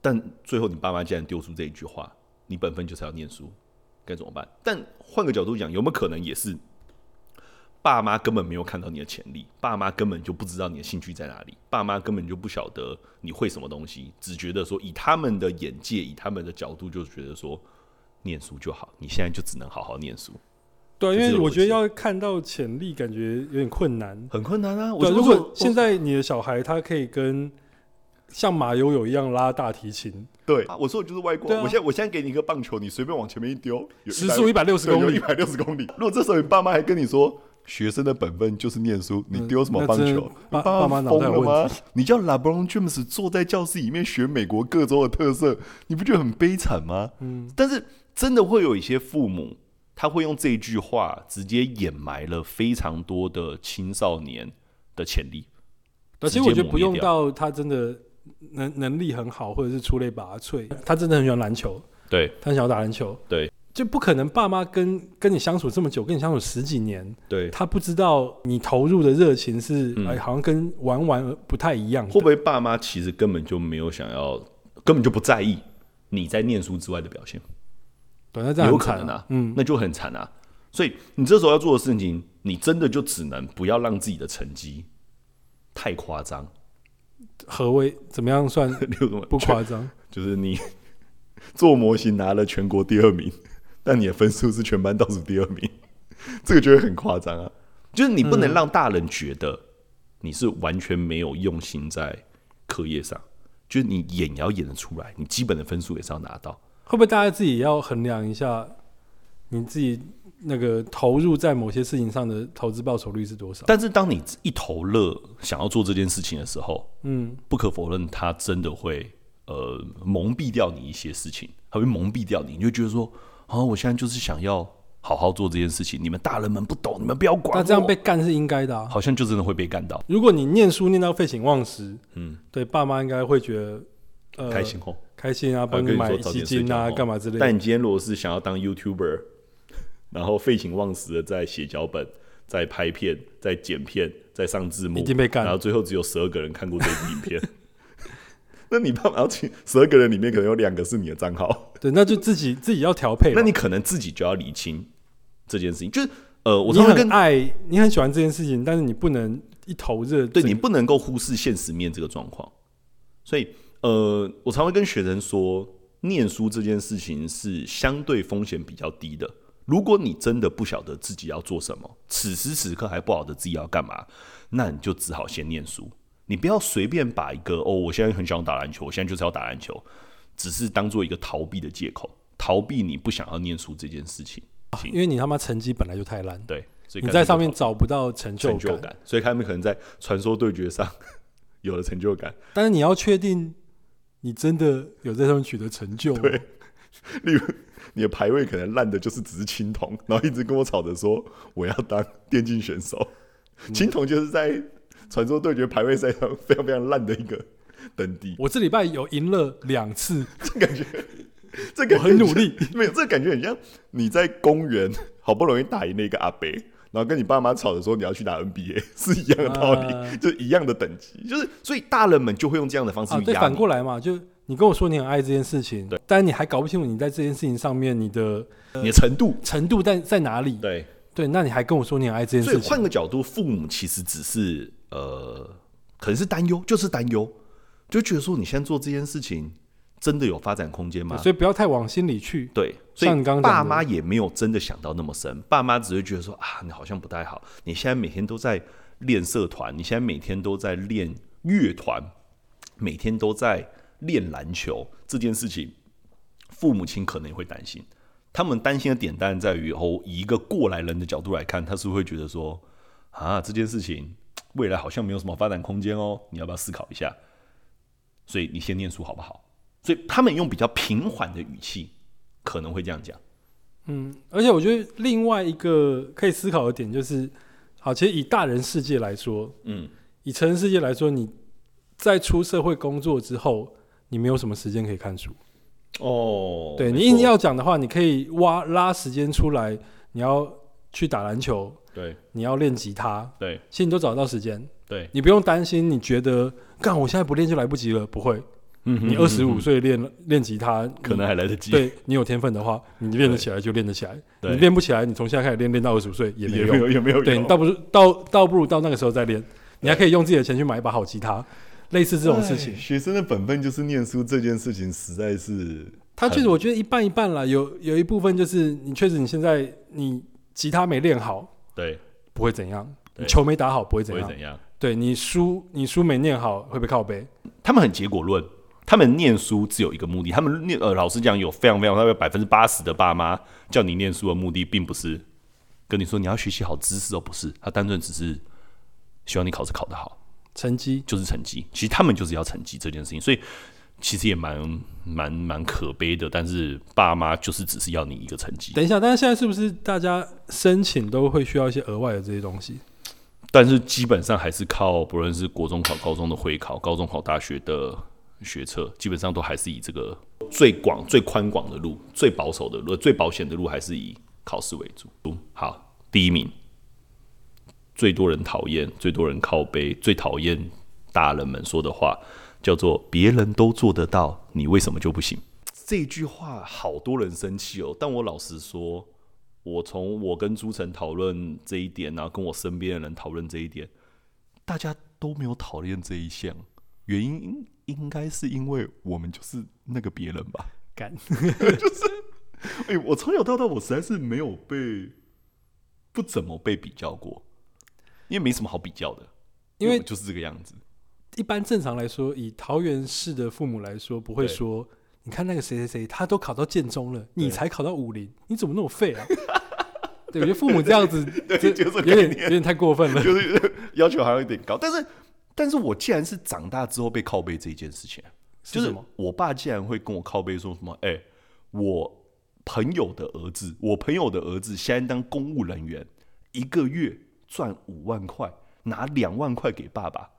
[SPEAKER 1] 但最后你爸妈竟然丢出这一句话，你本分就是要念书，该怎么办？但换个角度讲，有没有可能也是爸妈根本没有看到你的潜力，爸妈根本就不知道你的兴趣在哪里，爸妈根本就不晓得你会什么东西，只觉得说以他们的眼界，以他们的角度，就觉得说念书就好，你现在就只能好好念书，
[SPEAKER 2] 对，因
[SPEAKER 1] 这
[SPEAKER 2] 为
[SPEAKER 1] 是
[SPEAKER 2] 我
[SPEAKER 1] 我
[SPEAKER 2] 觉得
[SPEAKER 1] 是
[SPEAKER 2] 要看到潜力，感觉有点困难。
[SPEAKER 1] 很困难啊。我
[SPEAKER 2] 对，
[SPEAKER 1] 就
[SPEAKER 2] 如
[SPEAKER 1] 说
[SPEAKER 2] 果现在你的小孩他可以跟像马友友一样拉大提琴，
[SPEAKER 1] 对，啊我说的就是外
[SPEAKER 2] 对
[SPEAKER 1] 挂。
[SPEAKER 2] 啊
[SPEAKER 1] 我现在我现在给你一个棒球，你随便往前面一丢，有
[SPEAKER 2] 时速一百六十公
[SPEAKER 1] 一
[SPEAKER 2] 里，
[SPEAKER 1] 百六十公里。如果这时候你爸妈还跟你说。学生的本分就是念书，你丢什么
[SPEAKER 2] 嗯那
[SPEAKER 1] 棒
[SPEAKER 2] 真
[SPEAKER 1] 球？
[SPEAKER 2] 爸
[SPEAKER 1] 爸
[SPEAKER 2] 爸妈脑
[SPEAKER 1] 疯
[SPEAKER 2] 袋
[SPEAKER 1] 了
[SPEAKER 2] 有问
[SPEAKER 1] 吗？你叫 LeBron James 坐在教室里面学美国各州的特色，你不觉得很悲惨吗？
[SPEAKER 2] 嗯，
[SPEAKER 1] 但是真的会有一些父母，他会用这一句话直接掩埋了非常多的青少年的潜力。
[SPEAKER 2] 对，其
[SPEAKER 1] 直
[SPEAKER 2] 实
[SPEAKER 1] 接
[SPEAKER 2] 我觉得
[SPEAKER 1] 磨
[SPEAKER 2] 不
[SPEAKER 1] 灭
[SPEAKER 2] 用
[SPEAKER 1] 掉
[SPEAKER 2] 到他真的能能力很好，或者是出类拔萃，他真的很喜欢篮球，
[SPEAKER 1] 对
[SPEAKER 2] 他很想要打篮球，
[SPEAKER 1] 对，
[SPEAKER 2] 就不可能爸妈跟跟你相处这么久，跟你相处十几年，
[SPEAKER 1] 对，
[SPEAKER 2] 他不知道你投入的热情是、
[SPEAKER 1] 嗯
[SPEAKER 2] 哎，好像跟玩玩不太一样的。
[SPEAKER 1] 会不会爸妈其实根本就没有想要，根本就不在意你在念书之外的表现？
[SPEAKER 2] 对，那这样
[SPEAKER 1] 有
[SPEAKER 2] 很
[SPEAKER 1] 可
[SPEAKER 2] 惨
[SPEAKER 1] 能啊，
[SPEAKER 2] 嗯，
[SPEAKER 1] 那就很惨啊。所以你这时候要做的事情，你真的就只能不要让自己的成绩太夸张。
[SPEAKER 2] 何为怎么样算
[SPEAKER 1] 六种
[SPEAKER 2] 不夸张？
[SPEAKER 1] 就是你 做模型拿了全国第二名，但你的分数是全班倒数第二名，这个就会很夸张啊。就是你不能让大人觉得你是完全没有用心在课业上，就是你演也要演得出来，你基本的分数也是要拿到。
[SPEAKER 2] 会不会大家自己也要衡量一下你自己那个投入在某些事情上的投资报酬率是多少？
[SPEAKER 1] 但是当你一头热想要做这件事情的时候，
[SPEAKER 2] 嗯，
[SPEAKER 1] 不可否认，它真的会呃蒙蔽掉你一些事情，它会蒙蔽掉你，你就觉得说，啊，我现在就是想要好好做这件事情，你们大人们不懂，你们不要管我。
[SPEAKER 2] 那这样被干是应该的啊。
[SPEAKER 1] 好像就真的会被干到，
[SPEAKER 2] 如果你念书念到废寝忘食，
[SPEAKER 1] 嗯，
[SPEAKER 2] 对爸妈应该会觉得呃
[SPEAKER 1] 开心哦。
[SPEAKER 2] 开心啊，
[SPEAKER 1] 还会
[SPEAKER 2] 帮
[SPEAKER 1] 跟你
[SPEAKER 2] 买
[SPEAKER 1] 说早
[SPEAKER 2] 基
[SPEAKER 1] 点睡
[SPEAKER 2] 金啊，
[SPEAKER 1] 觉哦
[SPEAKER 2] 干嘛之类的。
[SPEAKER 1] 但你今天如果是想要当 YouTuber，然后废寝忘食的在写脚本、在拍片、在剪片、在上字幕，
[SPEAKER 2] 一定被干
[SPEAKER 1] 然后最后只有十二个人看过这部影 片，那你爸妈要去十二个人里面可能有两个是你的账号。
[SPEAKER 2] 对，那就自己自己要调配嘛。
[SPEAKER 1] 那你可能自己就要理清这件事情，就是呃，我
[SPEAKER 2] 你
[SPEAKER 1] 常常跟
[SPEAKER 2] 很爱，你很喜欢这件事情，但是你不能一头热。
[SPEAKER 1] 对你不能够忽视现实面这个状况，所以呃，我常会跟学生说，念书这件事情是相对风险比较低的。如果你真的不晓得自己要做什么，此时此刻还不晓得自己要干嘛，那你就只好先念书。你不要随便把一个哦，我现在很想打篮球，我现在就是要打篮球，只是当做一个逃避的借口，逃避你不想要念书这件事情。
[SPEAKER 2] 因为你他妈成绩本来就太烂，
[SPEAKER 1] 对，所以
[SPEAKER 2] 你
[SPEAKER 1] 干脆
[SPEAKER 2] 在
[SPEAKER 1] 就
[SPEAKER 2] 上面
[SPEAKER 1] 逃
[SPEAKER 2] 找不到成就
[SPEAKER 1] 成
[SPEAKER 2] 感。
[SPEAKER 1] 就感，所以他们可能在传说对决上 有了成就感。
[SPEAKER 2] 但是你要确定，你真的有在上面取得成就。对，
[SPEAKER 1] 例如，你的排位可能烂的就是只是青铜，然后一直跟我吵着说我要当电竞选手。
[SPEAKER 2] 嗯
[SPEAKER 1] 青铜就是在传说对决排位赛上非常非常烂的一个等级，
[SPEAKER 2] 我这礼拜有赢了两次，
[SPEAKER 1] 这个
[SPEAKER 2] 我很努力，
[SPEAKER 1] 没有这个感觉很像你在公园好不容易打赢了一个阿伯，然后跟你爸妈吵着说你要去打 NBA 是一样的道理，
[SPEAKER 2] 啊
[SPEAKER 1] 就是一样的等级，就是所以大人们就会用这样的方式
[SPEAKER 2] 啊，
[SPEAKER 1] 去
[SPEAKER 2] 对，
[SPEAKER 1] 压
[SPEAKER 2] 反
[SPEAKER 1] 你。
[SPEAKER 2] 过来嘛，就你跟我说你很爱这件事情，
[SPEAKER 1] 对，
[SPEAKER 2] 但你还搞不清楚你在这件事情上面你的
[SPEAKER 1] 你的程度，
[SPEAKER 2] 程度在在哪里，
[SPEAKER 1] 对，
[SPEAKER 2] 对，那你还跟我说你很爱这件
[SPEAKER 1] 所以
[SPEAKER 2] 事情，
[SPEAKER 1] 换个角度，父母其实只是呃，可能是担忧，就是担忧，就觉得说你现在做这件事情真的有发展空间吗
[SPEAKER 2] 对？所以不要太往心里去，
[SPEAKER 1] 对，所
[SPEAKER 2] 像
[SPEAKER 1] 以
[SPEAKER 2] 你刚刚讲的
[SPEAKER 1] 爸妈也没有真的想到那么深，爸妈只会觉得说啊，你好像不太好，你现在每天都在练社团，你现在每天都在练乐团，每天都在练篮球这件事情，父母亲可能也会担心。他们担心的点当然在于，哦，以一个过来人的角度来看，他是会觉得说，啊，这件事情未来好像没有什么发展空间哦，你要不要思考一下？所以你先念书好不好？所以他们用比较平缓的语气，可能会这样讲。
[SPEAKER 2] 嗯，而且我觉得另外一个可以思考的点就是，好，其实以大人世界来说，
[SPEAKER 1] 嗯，
[SPEAKER 2] 以成人世界来说，你在出社会工作之后，你没有什么时间可以看书。
[SPEAKER 1] 哦
[SPEAKER 2] 对你硬要讲的话，你可以挖拉时间出来，你要去打篮球，
[SPEAKER 1] 对
[SPEAKER 2] 你要练吉他，
[SPEAKER 1] 对
[SPEAKER 2] 其实你都找得到时间，
[SPEAKER 1] 对
[SPEAKER 2] 你不用担心，你觉得干我现在不练就来不及了，不会，
[SPEAKER 1] 嗯哼
[SPEAKER 2] 你二十五岁练练吉他，
[SPEAKER 1] 可能还来得及，
[SPEAKER 2] 对你有天分的话，你练得起来就练得起来；
[SPEAKER 1] 对
[SPEAKER 2] 你练不起来，你从现在开始练，练到二十五岁也没
[SPEAKER 1] 也
[SPEAKER 2] 用
[SPEAKER 1] 没。有也没有
[SPEAKER 2] 对
[SPEAKER 1] 用
[SPEAKER 2] 你倒不如到倒不如到那个时候再练，你还可以用自己的钱去买一把好吉他，类似这种事情
[SPEAKER 1] 哎。学生的本分就是念书这件事情，实在是
[SPEAKER 2] 他确实，我觉得一半一半啦，有有一部分就是你确实你现在你吉他没练好
[SPEAKER 1] 对，
[SPEAKER 2] 不会怎样，
[SPEAKER 1] 对啊
[SPEAKER 2] 你球没打好不会
[SPEAKER 1] 不
[SPEAKER 2] 怎
[SPEAKER 1] 会
[SPEAKER 2] 样，
[SPEAKER 1] 怎样。
[SPEAKER 2] 对你书你书没念好会被靠背，
[SPEAKER 1] 他们很结果论，他们念书只有一个目的。他们念呃，老实讲，有非常非常大概百分之八十的爸妈叫你念书的目的，并不是跟你说你要学习好知识哦，不是，他单纯只是希望你考试考得好，
[SPEAKER 2] 成绩
[SPEAKER 1] 就是成绩。其实他们就是要成绩这件事情，所以其实也蛮蛮蛮可悲的。但是爸妈就是只是要你一个成绩，
[SPEAKER 2] 等一下，但是现在是不是大家申请都会需要一些额外的这些东西？
[SPEAKER 1] 但是基本上还是靠不论是国中考、高中的会考、高中考大学的学测，基本上都还是以这个最广、最宽广的路、最保守的路、最保险的路，还是以考试为主。好，第一名，最多人讨厌、最多人靠背、最讨厌大人们说的话，叫做“别人都做得到，你为什么就不行？”这句话好多人生气哦，但我老实说，我从我跟朱晨讨论这一点，然后跟我身边的人讨论这一点，大家都没有讨厌这一项，原因应应该是因为我们就是那个别人吧。
[SPEAKER 2] 干，
[SPEAKER 1] 哎、我从小到大，我实在是没有被不怎么被比较过，因为没什么好比较的，
[SPEAKER 2] 因为
[SPEAKER 1] 我就是这个样子。
[SPEAKER 2] 一般正常来说，以桃园市的父母来说，不会
[SPEAKER 1] 对
[SPEAKER 2] 说，你看那个谁谁谁，他都考到建中了，你才考到武林，你怎么那么废啊？对，我觉得父母这样 子，这
[SPEAKER 1] 就是
[SPEAKER 2] 有
[SPEAKER 1] 这个概
[SPEAKER 2] 点
[SPEAKER 1] 念
[SPEAKER 2] 有点太 过分了。
[SPEAKER 1] 就是要求还有点高。但是，但是我竟然是长大之后被靠背这一件事情啊，
[SPEAKER 2] 是
[SPEAKER 1] 就
[SPEAKER 2] 什
[SPEAKER 1] 是
[SPEAKER 2] 么
[SPEAKER 1] 我爸竟然会跟我靠背说什么？哎、我朋友的儿子，我朋友的儿子现在当公务人员，一个月赚五万块，拿两万块给爸爸，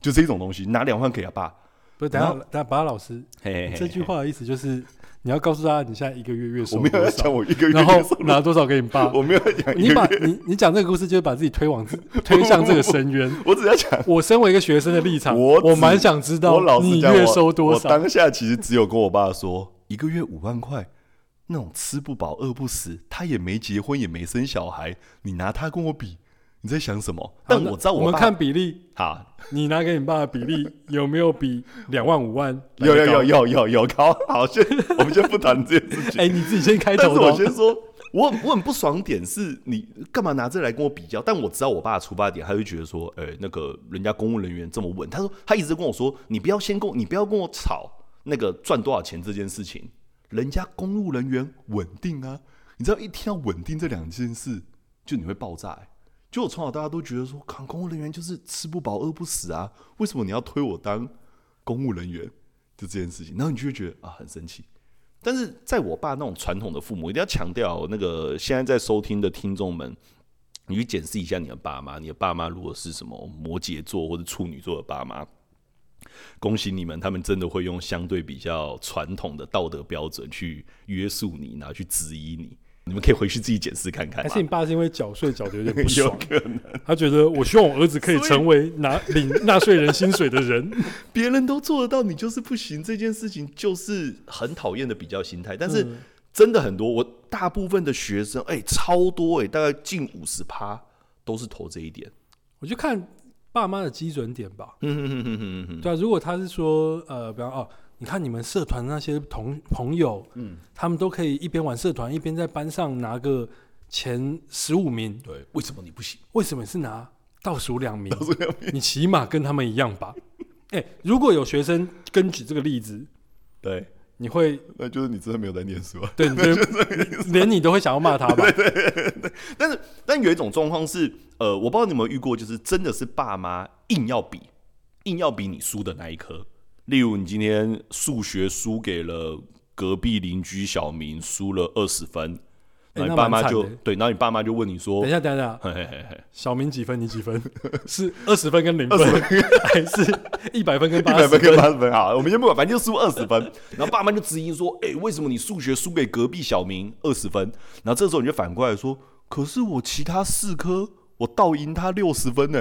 [SPEAKER 1] 就这种东西，拿两万给他爸。
[SPEAKER 2] 不是，等一下
[SPEAKER 1] 然后
[SPEAKER 2] 等一下，把老师
[SPEAKER 1] 嘿嘿嘿
[SPEAKER 2] 这句话的意思就是，你要告诉他你现在一个月 月
[SPEAKER 1] 我
[SPEAKER 2] 收
[SPEAKER 1] 没有
[SPEAKER 2] 多
[SPEAKER 1] 要
[SPEAKER 2] 少，
[SPEAKER 1] 讲我一个月
[SPEAKER 2] 啊然后
[SPEAKER 1] 月收入，
[SPEAKER 2] 拿多少给你爸。
[SPEAKER 1] 我没有要讲一
[SPEAKER 2] 你
[SPEAKER 1] 个
[SPEAKER 2] 把
[SPEAKER 1] 月，
[SPEAKER 2] 你你讲这个故事，就是把自己 推往推向这个深渊。
[SPEAKER 1] 我只要讲
[SPEAKER 2] 我身为一个学生的立场，
[SPEAKER 1] 我
[SPEAKER 2] 我
[SPEAKER 1] 只
[SPEAKER 2] 蛮想知道
[SPEAKER 1] 我老实
[SPEAKER 2] 你
[SPEAKER 1] 讲，
[SPEAKER 2] 月
[SPEAKER 1] 我
[SPEAKER 2] 收多
[SPEAKER 1] 我
[SPEAKER 2] 少。
[SPEAKER 1] 当下其实只有跟我爸说，一个月五万块，那种吃不饱饿不死，他也没结婚也没生小孩，你拿他跟我比，你在想什么？但
[SPEAKER 2] 好那
[SPEAKER 1] 我知道
[SPEAKER 2] 我们
[SPEAKER 1] 爸
[SPEAKER 2] 看比例，
[SPEAKER 1] 啊，
[SPEAKER 2] 你拿给你爸的比例有没有比两万五万来
[SPEAKER 1] 有
[SPEAKER 2] 得
[SPEAKER 1] 有
[SPEAKER 2] 高
[SPEAKER 1] 有？有有有高，好，先我们先不谈这件事情。
[SPEAKER 2] 哎、你自己先开
[SPEAKER 1] 但
[SPEAKER 2] 头
[SPEAKER 1] 是
[SPEAKER 2] 的
[SPEAKER 1] 我
[SPEAKER 2] 哦。
[SPEAKER 1] 先说，我很我很不爽点是你干嘛拿这来跟我比较？但我知道我爸的出发点，他就觉得说，哎、那个人家公务人员这么稳，他说他一直跟我说，你不要先跟我，你不要跟我吵那个赚多少钱这件事情，人家公务人员稳定啊，你知道一听到稳定这两件事，就你会爆炸、欸。就我从小到大都觉得说，看公务人员就是吃不饱饿不死啊，为什么你要推我当公务人员？就这件事情，然后你就会觉得啊很生气。但是在我爸那种传统的父母，一定要强调那个现在在收听的听众们，你去检视一下你的爸妈，你的爸妈如果是什么摩羯座或者处女座的爸妈，恭喜你们，他们真的会用相对比较传统的道德标准去约束你，然后去质疑你。你们可以回去自己检视看看啊
[SPEAKER 2] 还
[SPEAKER 1] 嘛。
[SPEAKER 2] 是你爸是因为缴税缴的有点不
[SPEAKER 1] 有
[SPEAKER 2] 爽，
[SPEAKER 1] 可能
[SPEAKER 2] 他觉得我希望我儿子可以
[SPEAKER 1] 所以
[SPEAKER 2] 成为拿领纳税人薪水的人。
[SPEAKER 1] 别人都做得到，你就是不行，这件事情就是很讨厌的比较心态。但是真的很多，我大部分的学生，哎、超多哎、大概近五十趴都是投这一点。
[SPEAKER 2] 我就看爸妈的基准点吧。
[SPEAKER 1] 嗯哼哼哼哼哼哼
[SPEAKER 2] 对啊，如果他是说，呃，比方哦，你看你们社团那些同朋友，嗯，他们都可以一边玩社团，一边在班上拿个前十五名，
[SPEAKER 1] 对，为什么你不行？
[SPEAKER 2] 为什么是拿倒数两名？你起码跟他们一样吧。哎、如果有学生根据这个例子，
[SPEAKER 1] 对，
[SPEAKER 2] 你会
[SPEAKER 1] 那就是你真的没有在念书啊。
[SPEAKER 2] 对你就你连你都会想要骂他 吧？
[SPEAKER 1] 但是，但有一种状况是，呃，我不知道你有没有遇过，就是真的是爸妈硬要比，硬要比你输的那一科。例如，你今天数学输给了隔壁邻居小明，输了二十分，然后
[SPEAKER 2] 哎那
[SPEAKER 1] 你爸
[SPEAKER 2] 蛮
[SPEAKER 1] 妈
[SPEAKER 2] 惨
[SPEAKER 1] 就、
[SPEAKER 2] 的
[SPEAKER 1] 对，然后你爸妈就问你说
[SPEAKER 2] 等一，下，等一下，
[SPEAKER 1] 嘿嘿嘿嘿，
[SPEAKER 2] 小明几分？你几分？是二十分跟零分，还是一百分跟
[SPEAKER 1] 一
[SPEAKER 2] 八
[SPEAKER 1] 百
[SPEAKER 2] 十
[SPEAKER 1] 分跟八十分好，我们先不管，反正就输二十分。然后爸妈就质疑说：“ 哎、为什么你数学输给隔壁小明二十分？”然后这时候你就反过来说：“可是我其他四科我倒赢他六十分呢、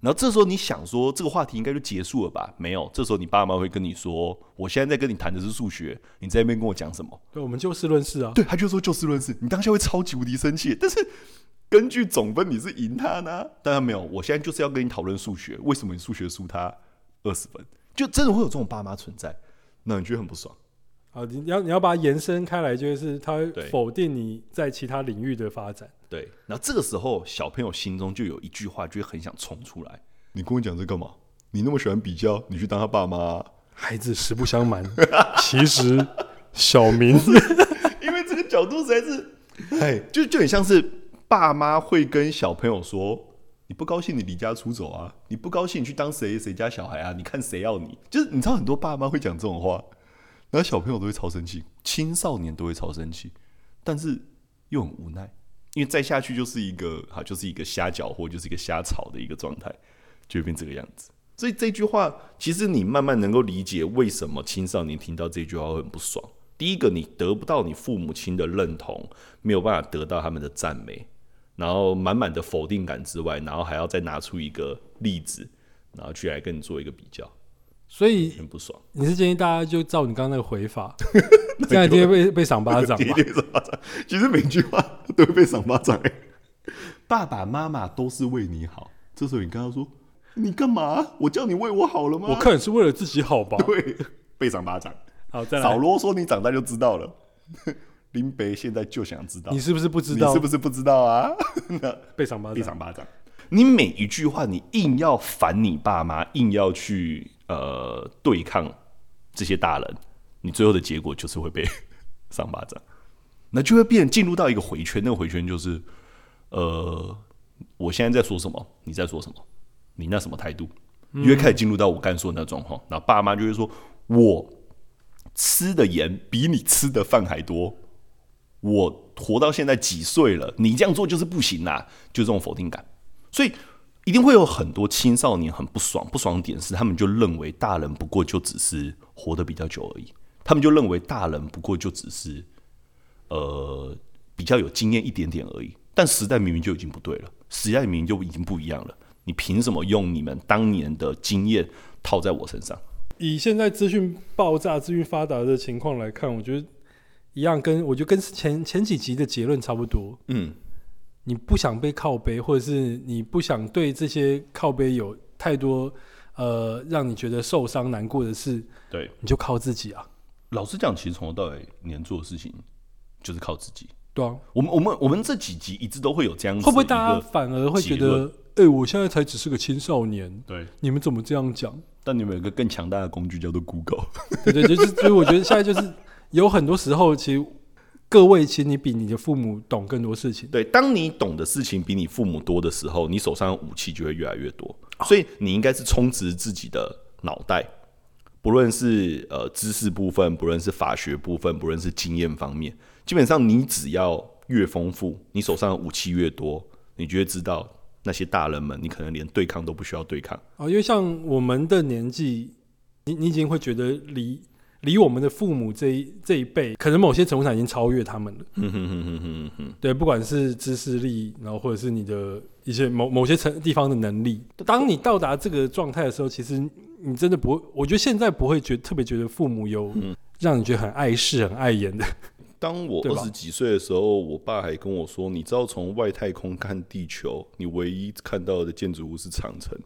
[SPEAKER 1] 然后这时候你想说这个话题应该就结束了吧？没有，这时候你爸妈会跟你说，我现在在跟你谈的是数学，你在那边跟我讲什么？
[SPEAKER 2] 对，我们就事论事啊。
[SPEAKER 1] 对，他就说就事论事，你当下会超级无敌生气，但是根据总分你是赢他呢，当然没有，我现在就是要跟你讨论数学，为什么你数学输他二十分？就真的会有这种爸妈存在，那你觉得很不爽？
[SPEAKER 2] 啊，你要你要把它延伸开来，就是它会
[SPEAKER 1] 对
[SPEAKER 2] 否定你在其他领域的发展。
[SPEAKER 1] 对，然后这个时候小朋友心中就有一句话，就会很想冲出来：你跟我讲这干嘛？你那么喜欢比较，你去当他爸妈啊、
[SPEAKER 2] 孩子实不相瞒，其实小明
[SPEAKER 1] 因为这个角度实在是，哎，就就很像是爸妈会跟小朋友说：“你不高兴，你离家出走啊！你不高兴，你去当谁谁家小孩啊！你看谁要你？”就是你知道很多爸妈会讲这种话，然后小朋友都会超生气，青少年都会超生气，但是又很无奈，因为再下去就是一个啊，就是一个瞎搅和，就是一个瞎吵的一个状态，就会变这个样子。所以这句话，其实你慢慢能够理解为什么青少年听到这句话会很不爽。第一个，你得不到你父母亲的认同，没有办法得到他们的赞美，然后满满的否定感之外，然后还要再拿出一个例子，然后去来跟你做一个比较，
[SPEAKER 2] 所以
[SPEAKER 1] 很不爽。
[SPEAKER 2] 你是建议大家就照你刚刚那个 回法，这样就会被被赏巴掌
[SPEAKER 1] 第一
[SPEAKER 2] 吧？
[SPEAKER 1] 定赏巴掌，其实每句话都会被赏巴掌、欸。爸爸妈妈都是为你好，这时候你跟他说：“你干嘛？我叫你为我好了吗？”
[SPEAKER 2] 我看你是为了自己好吧？
[SPEAKER 1] 对，被赏巴掌。
[SPEAKER 2] 好，再
[SPEAKER 1] 少
[SPEAKER 2] 来，
[SPEAKER 1] 啰嗦，你长大就知道了。 林北现在就想知道，
[SPEAKER 2] 你是不是不知
[SPEAKER 1] 你
[SPEAKER 2] 道
[SPEAKER 1] 是不是不知道啊？ 那
[SPEAKER 2] 被赏巴
[SPEAKER 1] 地
[SPEAKER 2] 掌？
[SPEAKER 1] 上巴掌。你每一句话，你硬要烦你爸妈，硬要去呃对抗这些大人，你最后的结果就是会被上巴掌，那就会变进入到一个回圈。那个回圈就是，呃，我现在在说什么，你在说什么，你那什么态度，你会开始进入到我刚才说的那状况。然后爸妈就会说，我吃的盐比你吃的饭还多，我活到现在几岁了，你这样做就是不行啦、就这种否定感，所以一定会有很多青少年很不爽，不爽点是他们就认为大人不过就只是活得比较久而已，他们就认为大人不过就只是呃比较有经验一点点而已，但时代明明就已经不对了，时代明明就已经不一样了，你凭什么用你们当年的经验套在我身上？
[SPEAKER 2] 以现在资讯爆炸、资讯发达的情况来看，我觉得一样跟，我觉得跟前前几集的结论差不多。
[SPEAKER 1] 嗯，
[SPEAKER 2] 你不想被靠背，或者是你不想对这些靠背有太多呃让你觉得受伤难过的事，
[SPEAKER 1] 对。
[SPEAKER 2] 你就靠自己啊，
[SPEAKER 1] 老实讲，其实从头到尾，你能做的事情就是靠自己。
[SPEAKER 2] 对啊，
[SPEAKER 1] 我们我们我们这几集一直都会有这样子一个，
[SPEAKER 2] 会不会大家反而会觉
[SPEAKER 1] 结
[SPEAKER 2] 得
[SPEAKER 1] 论，
[SPEAKER 2] 哎、我现在才只是个青少年，
[SPEAKER 1] 对？
[SPEAKER 2] 你们怎么这样讲？
[SPEAKER 1] 但你们有一个更强大的 工具叫做 Google，
[SPEAKER 2] 对对，就是所以我觉得现在就是有很多时候，其实各位其实你比你的父母懂更多事情。
[SPEAKER 1] 对，当你懂的事情比你父母多的时候，你手上的武器就会越来越多，
[SPEAKER 2] 哦
[SPEAKER 1] 所以你应该是充值自己的脑袋，不论是呃知识部分，不论是法学部分，不论是经验方面，基本上你只要越丰富，你手上的武器越多，你就会知道那些大人们，你可能连对抗都不需要对抗。
[SPEAKER 2] 哦，因为像我们的年纪，你你已经会觉得离离我们的父母这一这一辈，可能某些程度上已经超越他们了。
[SPEAKER 1] 嗯哼哼哼哼哼哼，
[SPEAKER 2] 对，不管是知识力，然后或者是你的一些某某些层地方的能力，当你到达这个状态的时候，其实你真的不会，我觉得现在不会觉特别觉得父母有
[SPEAKER 1] 嗯
[SPEAKER 2] 让你觉得很碍事、很碍眼的。
[SPEAKER 1] 当我
[SPEAKER 2] 对吧
[SPEAKER 1] 二十几岁的时候，我爸还跟我说：“你知道从外太空看地球，你唯一看到的建筑物是长城。”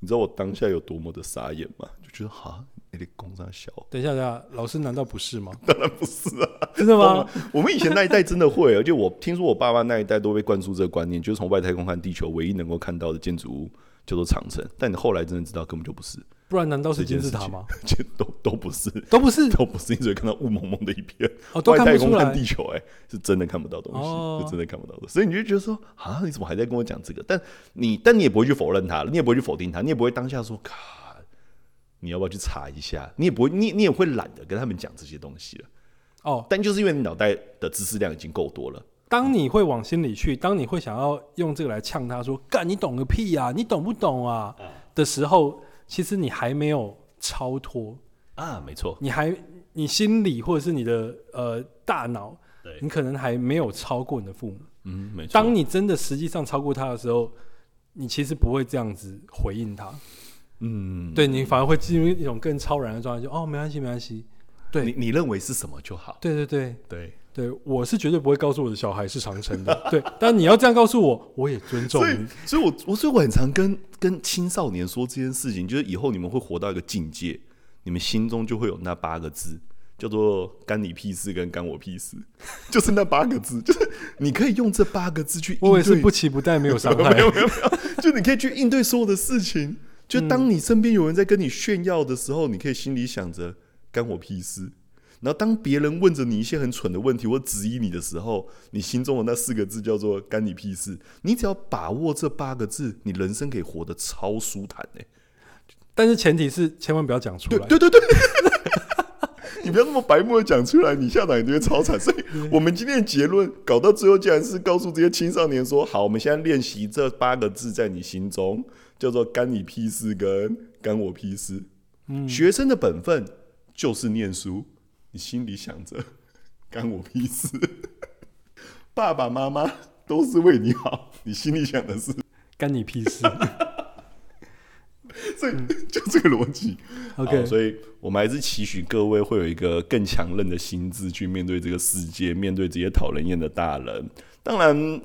[SPEAKER 1] 你知道我当下有多么的傻眼吗？ 就觉得哈，你的工商小，
[SPEAKER 2] 等一下，等一下，老师难道 不是吗？
[SPEAKER 1] 当然不是啊，
[SPEAKER 2] 真的
[SPEAKER 1] 疯
[SPEAKER 2] 吗
[SPEAKER 1] 了？ 我们以前那一代真的会，而且我听说我爸爸那一代都被灌输这个观念，就是从外太空看地球，唯一能够看到的建筑物叫做长城。但你后来真的知道，根本就不是，
[SPEAKER 2] 不然难道是
[SPEAKER 1] 这件
[SPEAKER 2] 金字
[SPEAKER 1] 事
[SPEAKER 2] 塔
[SPEAKER 1] 情
[SPEAKER 2] 吗？
[SPEAKER 1] 这都都不是，
[SPEAKER 2] 都不是
[SPEAKER 1] 都不是，你只会看到雾蒙蒙的一片。
[SPEAKER 2] 哦，都
[SPEAKER 1] 外
[SPEAKER 2] 看
[SPEAKER 1] 太
[SPEAKER 2] 不
[SPEAKER 1] 空
[SPEAKER 2] 出
[SPEAKER 1] 看
[SPEAKER 2] 来
[SPEAKER 1] 地。球、哎，是真的看不到东西，
[SPEAKER 2] 哦
[SPEAKER 1] 是真的看不到的。所以你就觉得说啊，你怎么还在跟我讲这个？但你但你也不会去否认它，你也不会去否定它，你也不会当下说，卡，你要不要去查一下？你也不会，你你也会懒得跟他们讲这些东西了。
[SPEAKER 2] 哦，
[SPEAKER 1] 但就是因为你脑袋的知识量已经够多了，
[SPEAKER 2] 当你会往心里去，当你会想要用这个来呛他说“干，你懂个屁呀、你懂不懂啊？”
[SPEAKER 1] 嗯
[SPEAKER 2] 的时候，其实你还没有超脱，
[SPEAKER 1] 啊，没错，
[SPEAKER 2] 你还你心里或者是你的呃大脑
[SPEAKER 1] 对，
[SPEAKER 2] 你可能还没有超过你的父母。
[SPEAKER 1] 嗯，没错，
[SPEAKER 2] 当你真的实际上超过他的时候，你其实不会这样子回应他，
[SPEAKER 1] 嗯，
[SPEAKER 2] 对你反而会进入一种更超然的状态，就哦，没关系，没关系。对
[SPEAKER 1] 你你认为是什么就好。
[SPEAKER 2] 对对对
[SPEAKER 1] 对，
[SPEAKER 2] 对，我是绝对不会告诉我的小孩是长城的。 对，但你要这样告诉我，我也尊重
[SPEAKER 1] 所以
[SPEAKER 2] 你。，
[SPEAKER 1] 所以我我所以我很常跟跟青少年说这件事情，就是以后你们会活到一个境界，你们心中就会有那八个字，叫做“干你屁事”跟“干我屁事”， 就是那八个字，就是你可以用这八个字去应对。
[SPEAKER 2] 我也是不期不待，没有伤害。
[SPEAKER 1] 没有没有没有，就你可以去应对所有的事情。就当你身边有人在跟你炫耀的时候，你可以心里想着干我屁事。然后当别人问着你一些很蠢的问题或质疑你的时候，你心中的那四个字叫做“干你屁事”。你只要把握这八个字，你人生可以活得超舒坦哎、
[SPEAKER 2] 但是前提是千万不要讲出
[SPEAKER 1] 对
[SPEAKER 2] 来。
[SPEAKER 1] 对对对。 你不要那么白目的讲出来，你下场一定会超惨。所以，我们今天的结论搞到最后，竟然是告诉这些青少年说：好，我们现在练习这八个字在你心中，叫做“干你屁事”跟“干我屁事”。学生的本分就是念书，你心里想着“干我屁事”， 爸爸妈妈都是为你好，你心里想的是
[SPEAKER 2] 干你屁 事。
[SPEAKER 1] 这，就这个逻辑。好
[SPEAKER 2] OK，
[SPEAKER 1] 所以我们还是期许各位会有一个更强韧的心智去面对这个世界，面对这些讨人厌的大人。当然，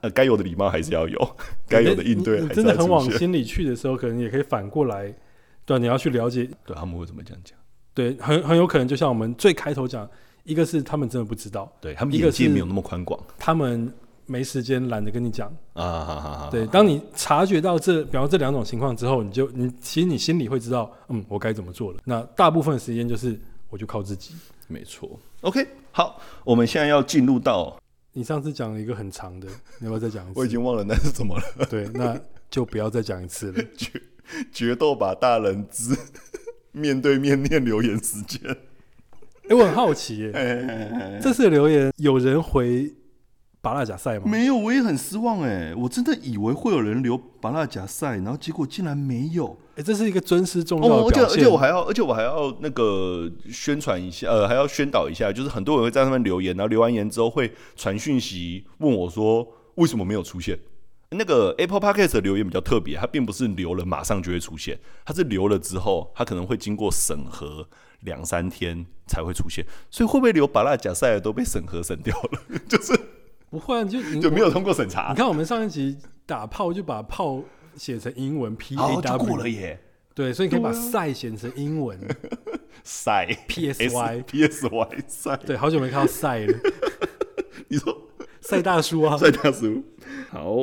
[SPEAKER 1] 呃，该有的礼貌还是要 有，该有的应对
[SPEAKER 2] 你你
[SPEAKER 1] 还是
[SPEAKER 2] 真的
[SPEAKER 1] 要
[SPEAKER 2] 很往
[SPEAKER 1] 出现。
[SPEAKER 2] 心里去的时候，可能也可以反过来，对，啊你要去了解。
[SPEAKER 1] 对他们会怎么这样讲？
[SPEAKER 2] 对，很很有可能就像我们最开头讲，一个是他们真的不知道，
[SPEAKER 1] 对他们
[SPEAKER 2] 一个
[SPEAKER 1] 眼界
[SPEAKER 2] 是
[SPEAKER 1] 没有那么宽广
[SPEAKER 2] 他们没时间，懒得跟你讲。
[SPEAKER 1] 啊！哈哈哈
[SPEAKER 2] 对，当你察觉到这，比方说这两种情况之后，你就你其实你心里会知道，嗯，我该怎么做了。那大部分时间就是我就靠自己。
[SPEAKER 1] 没错。OK，好，我们现在要进入到，
[SPEAKER 2] 你上次讲了一个很长的，你要不要再讲一
[SPEAKER 1] 我已
[SPEAKER 2] 次？
[SPEAKER 1] 经忘了那是怎么了，
[SPEAKER 2] 对，那就不要再讲一次了。
[SPEAKER 1] 决决斗把大人之面对面念留言时间。
[SPEAKER 2] 哎、我很好奇耶，
[SPEAKER 1] 哎
[SPEAKER 2] 这次的留言有人回巴拉甲赛吗？
[SPEAKER 1] 没有，我也很失望哎、我真的以为会有人留巴拉夹赛，然后结果竟然没有。
[SPEAKER 2] 哎、这是一个尊师重道
[SPEAKER 1] 哦，而
[SPEAKER 2] 的
[SPEAKER 1] 且
[SPEAKER 2] 表
[SPEAKER 1] 而
[SPEAKER 2] 现。
[SPEAKER 1] 且我还要，而且我还要那个宣传一下，呃，还要宣导一下，就是很多人会在上面留言，然后留完言之后会传讯息问我说为什么没有出现。那个 Apple Podcast 的留言比较特别，它并不是留了马上就会出现，它是留了之后，它可能会经过审核两三天才会出现，所以会不会留巴拉贾塞尔都被审核审掉了， 就是
[SPEAKER 2] 不会啊，你就你
[SPEAKER 1] 就没有通过审查
[SPEAKER 2] 你，看我们上一集打炮就把炮写成英文 P
[SPEAKER 1] 好
[SPEAKER 2] A
[SPEAKER 1] 哦就过了
[SPEAKER 2] W，
[SPEAKER 1] 耶，
[SPEAKER 2] 对，所以你可以把
[SPEAKER 1] 对啊
[SPEAKER 2] 赛写成英文。
[SPEAKER 1] 塞
[SPEAKER 2] PSY
[SPEAKER 1] P S Y 塞，
[SPEAKER 2] 对，好久没看到赛了，
[SPEAKER 1] 你说
[SPEAKER 2] 赛大叔啊，
[SPEAKER 1] 帅大叔。好，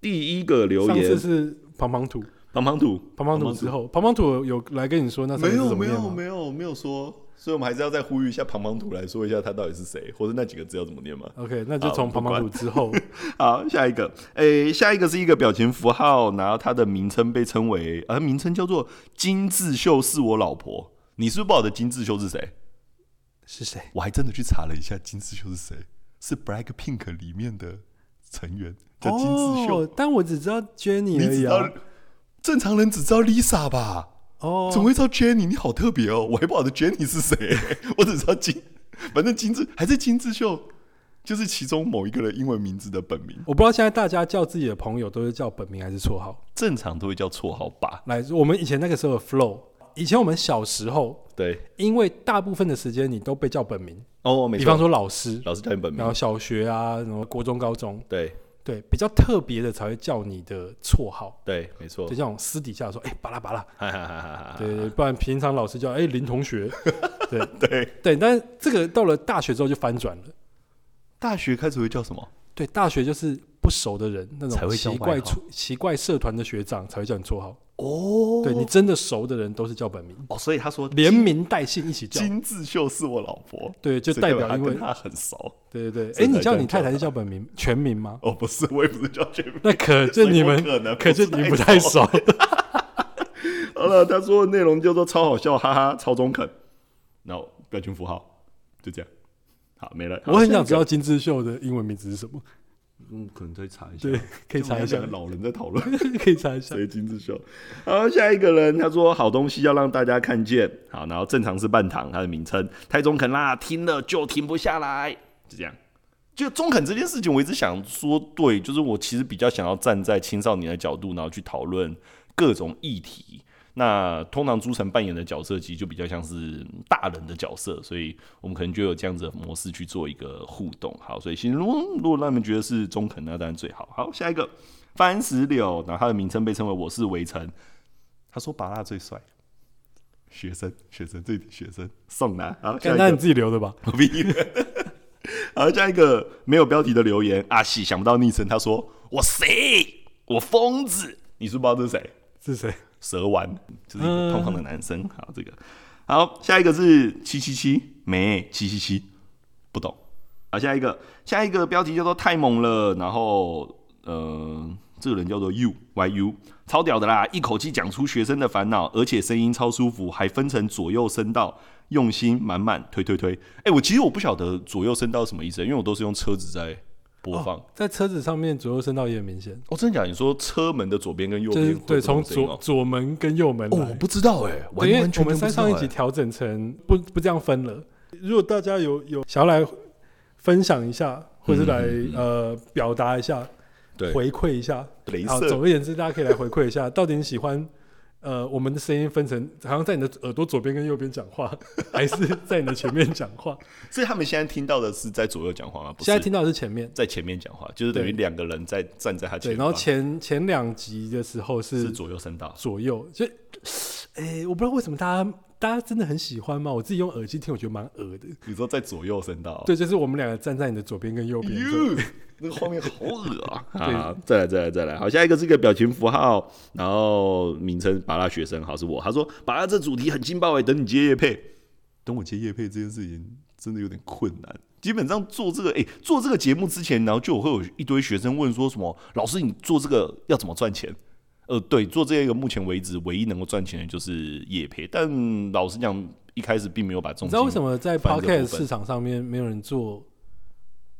[SPEAKER 1] 第一个留
[SPEAKER 2] 上次
[SPEAKER 1] 言，
[SPEAKER 2] 是庞庞土，
[SPEAKER 1] 胖胖土，
[SPEAKER 2] 庞庞土之后，庞庞土有来跟你说那
[SPEAKER 1] 没
[SPEAKER 2] 三个字
[SPEAKER 1] 有
[SPEAKER 2] 怎么
[SPEAKER 1] 没
[SPEAKER 2] 念
[SPEAKER 1] 有
[SPEAKER 2] 吗？
[SPEAKER 1] 没有没有说，所以我们还是要再呼吁一下胖胖土来说一下他到底是谁，或者那几个字要怎么念嘛。
[SPEAKER 2] OK，那就
[SPEAKER 1] 好
[SPEAKER 2] 从
[SPEAKER 1] 啊不
[SPEAKER 2] 庞庞
[SPEAKER 1] 管
[SPEAKER 2] 土之后，
[SPEAKER 1] 好，下一个，诶、下一个是一个表情符号，然后它的名称被称为，呃，名称叫做金智秀是我老婆。你是不是不晓得金智秀是谁？
[SPEAKER 2] 是谁？
[SPEAKER 1] 我还真的去查了一下，金智秀是谁？是 Black Pink 里面的成员，叫金智秀。
[SPEAKER 2] 哦，但我只知道 Jenny
[SPEAKER 1] 你
[SPEAKER 2] 而
[SPEAKER 1] 只
[SPEAKER 2] 已
[SPEAKER 1] 知道
[SPEAKER 2] 啊。
[SPEAKER 1] 正常人只知道 Lisa 吧？怎
[SPEAKER 2] 哦，
[SPEAKER 1] 么会知道 Jenny？你好特别哦，我还不晓得 Jenny 是谁， 我只知道金，反正金智还是金智秀，就是其中某一个人英文名字的本名，
[SPEAKER 2] 我不知道现在大家叫自己的朋友都是叫本名还是绰号。
[SPEAKER 1] 正常都会叫绰号吧？
[SPEAKER 2] 来，我们以前那个时候的 flow，以前我们小时候，
[SPEAKER 1] 对，
[SPEAKER 2] 因为大部分的时间你都被叫本名，
[SPEAKER 1] 哦，没
[SPEAKER 2] 比
[SPEAKER 1] 错
[SPEAKER 2] 方说老师，
[SPEAKER 1] 老师叫你本
[SPEAKER 2] 然
[SPEAKER 1] 名
[SPEAKER 2] 后，小学啊，什么国中、高中，
[SPEAKER 1] 对
[SPEAKER 2] 对，比较特别的才会叫你的绰号，
[SPEAKER 1] 对，没错
[SPEAKER 2] 就，像私底下说，哎、巴拉巴拉，
[SPEAKER 1] 哈哈哈哈哈
[SPEAKER 2] 对对，不然平常老师叫，哎、林 同学，对
[SPEAKER 1] 对，
[SPEAKER 2] 对，但是这个到了大学之后就翻转了，
[SPEAKER 1] 大学开始会叫什么？
[SPEAKER 2] 对，大学就是不熟的人那
[SPEAKER 1] 才
[SPEAKER 2] 种
[SPEAKER 1] 会叫
[SPEAKER 2] 奇
[SPEAKER 1] 外
[SPEAKER 2] 怪
[SPEAKER 1] 号
[SPEAKER 2] 出奇怪社团的学长才会叫你绰号，
[SPEAKER 1] 哦，
[SPEAKER 2] 对你真的熟的人都是叫本名，
[SPEAKER 1] 哦，所以他说
[SPEAKER 2] 连
[SPEAKER 1] 金
[SPEAKER 2] 名带姓一起叫，
[SPEAKER 1] 金智秀是我老婆，
[SPEAKER 2] 对，就
[SPEAKER 1] 所以
[SPEAKER 2] 代
[SPEAKER 1] 他
[SPEAKER 2] 表因为
[SPEAKER 1] 跟他很熟。
[SPEAKER 2] 对对对，
[SPEAKER 1] 所以
[SPEAKER 2] 哎，你
[SPEAKER 1] 才这
[SPEAKER 2] 叫
[SPEAKER 1] 样
[SPEAKER 2] 你太
[SPEAKER 1] 叫
[SPEAKER 2] 太是叫本名全名吗？
[SPEAKER 1] 哦，不是，我也不是叫全名。
[SPEAKER 2] 那可
[SPEAKER 1] 所以
[SPEAKER 2] 见你
[SPEAKER 1] 我
[SPEAKER 2] 们
[SPEAKER 1] 可能
[SPEAKER 2] 可
[SPEAKER 1] 不
[SPEAKER 2] 见
[SPEAKER 1] 太
[SPEAKER 2] 你不太
[SPEAKER 1] 熟
[SPEAKER 2] 熟。
[SPEAKER 1] 好了，他说的内容叫做超好笑，哈哈，超中肯，然后标签符号，就这样。好，没了。
[SPEAKER 2] 我很想知
[SPEAKER 1] 道，
[SPEAKER 2] 道金智秀的英文名字是什么，
[SPEAKER 1] 嗯，可能再查一下，
[SPEAKER 2] 对，可以
[SPEAKER 1] 这样
[SPEAKER 2] 查一
[SPEAKER 1] 我们
[SPEAKER 2] 下
[SPEAKER 1] 两个，老人在讨论
[SPEAKER 2] 可以查一下。
[SPEAKER 1] 谁金智秀。好，下一个人他说好东西要让大家看见。好，然后正常是半糖，他的名称太中肯啦，听了就停不下来，就这样。就中肯这件事情，我一直想说，对，就是我其实比较想要站在青少年的角度，然后去讨论各种议题。那通常朱晨扮演的角色，其实就比较像是大人的角色，所以我们可能就有这样子的模式去做一个互动。好，所以其实如果如果让你们觉得是中肯，那当然最好。好，下一个番石榴，然后他的名称被称为“我是围城”，他说拔蜡最帅。学生，学生，这学生送啦。好，下一
[SPEAKER 2] 那你
[SPEAKER 1] 个，
[SPEAKER 2] 自己留的吧。
[SPEAKER 1] 我逼你 好，下一个没有标题的留言，阿喜想不到昵称，他说：“我谁？我疯子。”你是不知道这是谁？
[SPEAKER 2] 是谁？
[SPEAKER 1] 蛇丸，就是一
[SPEAKER 2] 嗯
[SPEAKER 1] 个胖胖的男生。好，这个好，下一个是七七七，没七七七，不懂。好，下一个，下一个标题叫做太猛了，然后呃，这个人叫做 U Y U，超屌的啦，一口气讲出学生的烦恼，而且声音超舒服，还分成左右声道。用心满满，推推推！哎、我其实我不晓得左右声道是什么意思，因为我都是用车子在播放。哦，
[SPEAKER 2] 在车子上面左右声道也很明显，
[SPEAKER 1] 真的假的？你说车门的左边跟右
[SPEAKER 2] 就是
[SPEAKER 1] 边、
[SPEAKER 2] 对，从左左门跟右门来。
[SPEAKER 1] 哦，我不知道哎、
[SPEAKER 2] 对，
[SPEAKER 1] 完
[SPEAKER 2] 因为
[SPEAKER 1] 完全
[SPEAKER 2] 我们
[SPEAKER 1] 全不
[SPEAKER 2] 在
[SPEAKER 1] 知道
[SPEAKER 2] 上一
[SPEAKER 1] 哎
[SPEAKER 2] 集调整成不不这样分了。如果大家有有想要来分享一下，或是来、呃表达一下、
[SPEAKER 1] 对
[SPEAKER 2] 回馈一下，
[SPEAKER 1] 镭
[SPEAKER 2] 好，总而言之，大家可以来回馈一下，到底你喜欢呃我们的声音分成，好像在你的耳朵左边跟右边讲 话，还是在你的前面讲话？
[SPEAKER 1] 所以他们现在听到的是在左右讲话吗？不是
[SPEAKER 2] 现在听到的是前面，
[SPEAKER 1] 在前面讲话，就是等于
[SPEAKER 2] 对
[SPEAKER 1] 两个人在站在他前
[SPEAKER 2] 对，
[SPEAKER 1] 方，
[SPEAKER 2] 然后前前两集的时候
[SPEAKER 1] 是
[SPEAKER 2] 是
[SPEAKER 1] 左右声道。
[SPEAKER 2] 左右，就诶、我不知道为什么大家大家真的很喜欢吗？我自己用耳机听，我觉得蛮恶的。
[SPEAKER 1] 你说在左右声道，哦
[SPEAKER 2] 对，就是我们两个站在你的左边跟右边，就
[SPEAKER 1] 哟， 那个画面好恶啊！啊，再来，再来，再来。好，下一个是一个表情符号，哦然后名称“拔蜡学生”，好是我。他说：“拔蜡这主题很劲爆哎、等你接叶配。”等我接叶配这件事情真的有点困难。基本上做这个，哎、做这个节目之前，然后就会有一堆学生问说什么：“老师，你做这个要怎么赚钱？”呃，对，做这个目前为止唯一能够赚钱的就是叶配，但老实讲，一开始并没有把重心。
[SPEAKER 2] 你知道为什么在
[SPEAKER 1] 翻这部
[SPEAKER 2] podcast
[SPEAKER 1] 分
[SPEAKER 2] 市场上面没有人做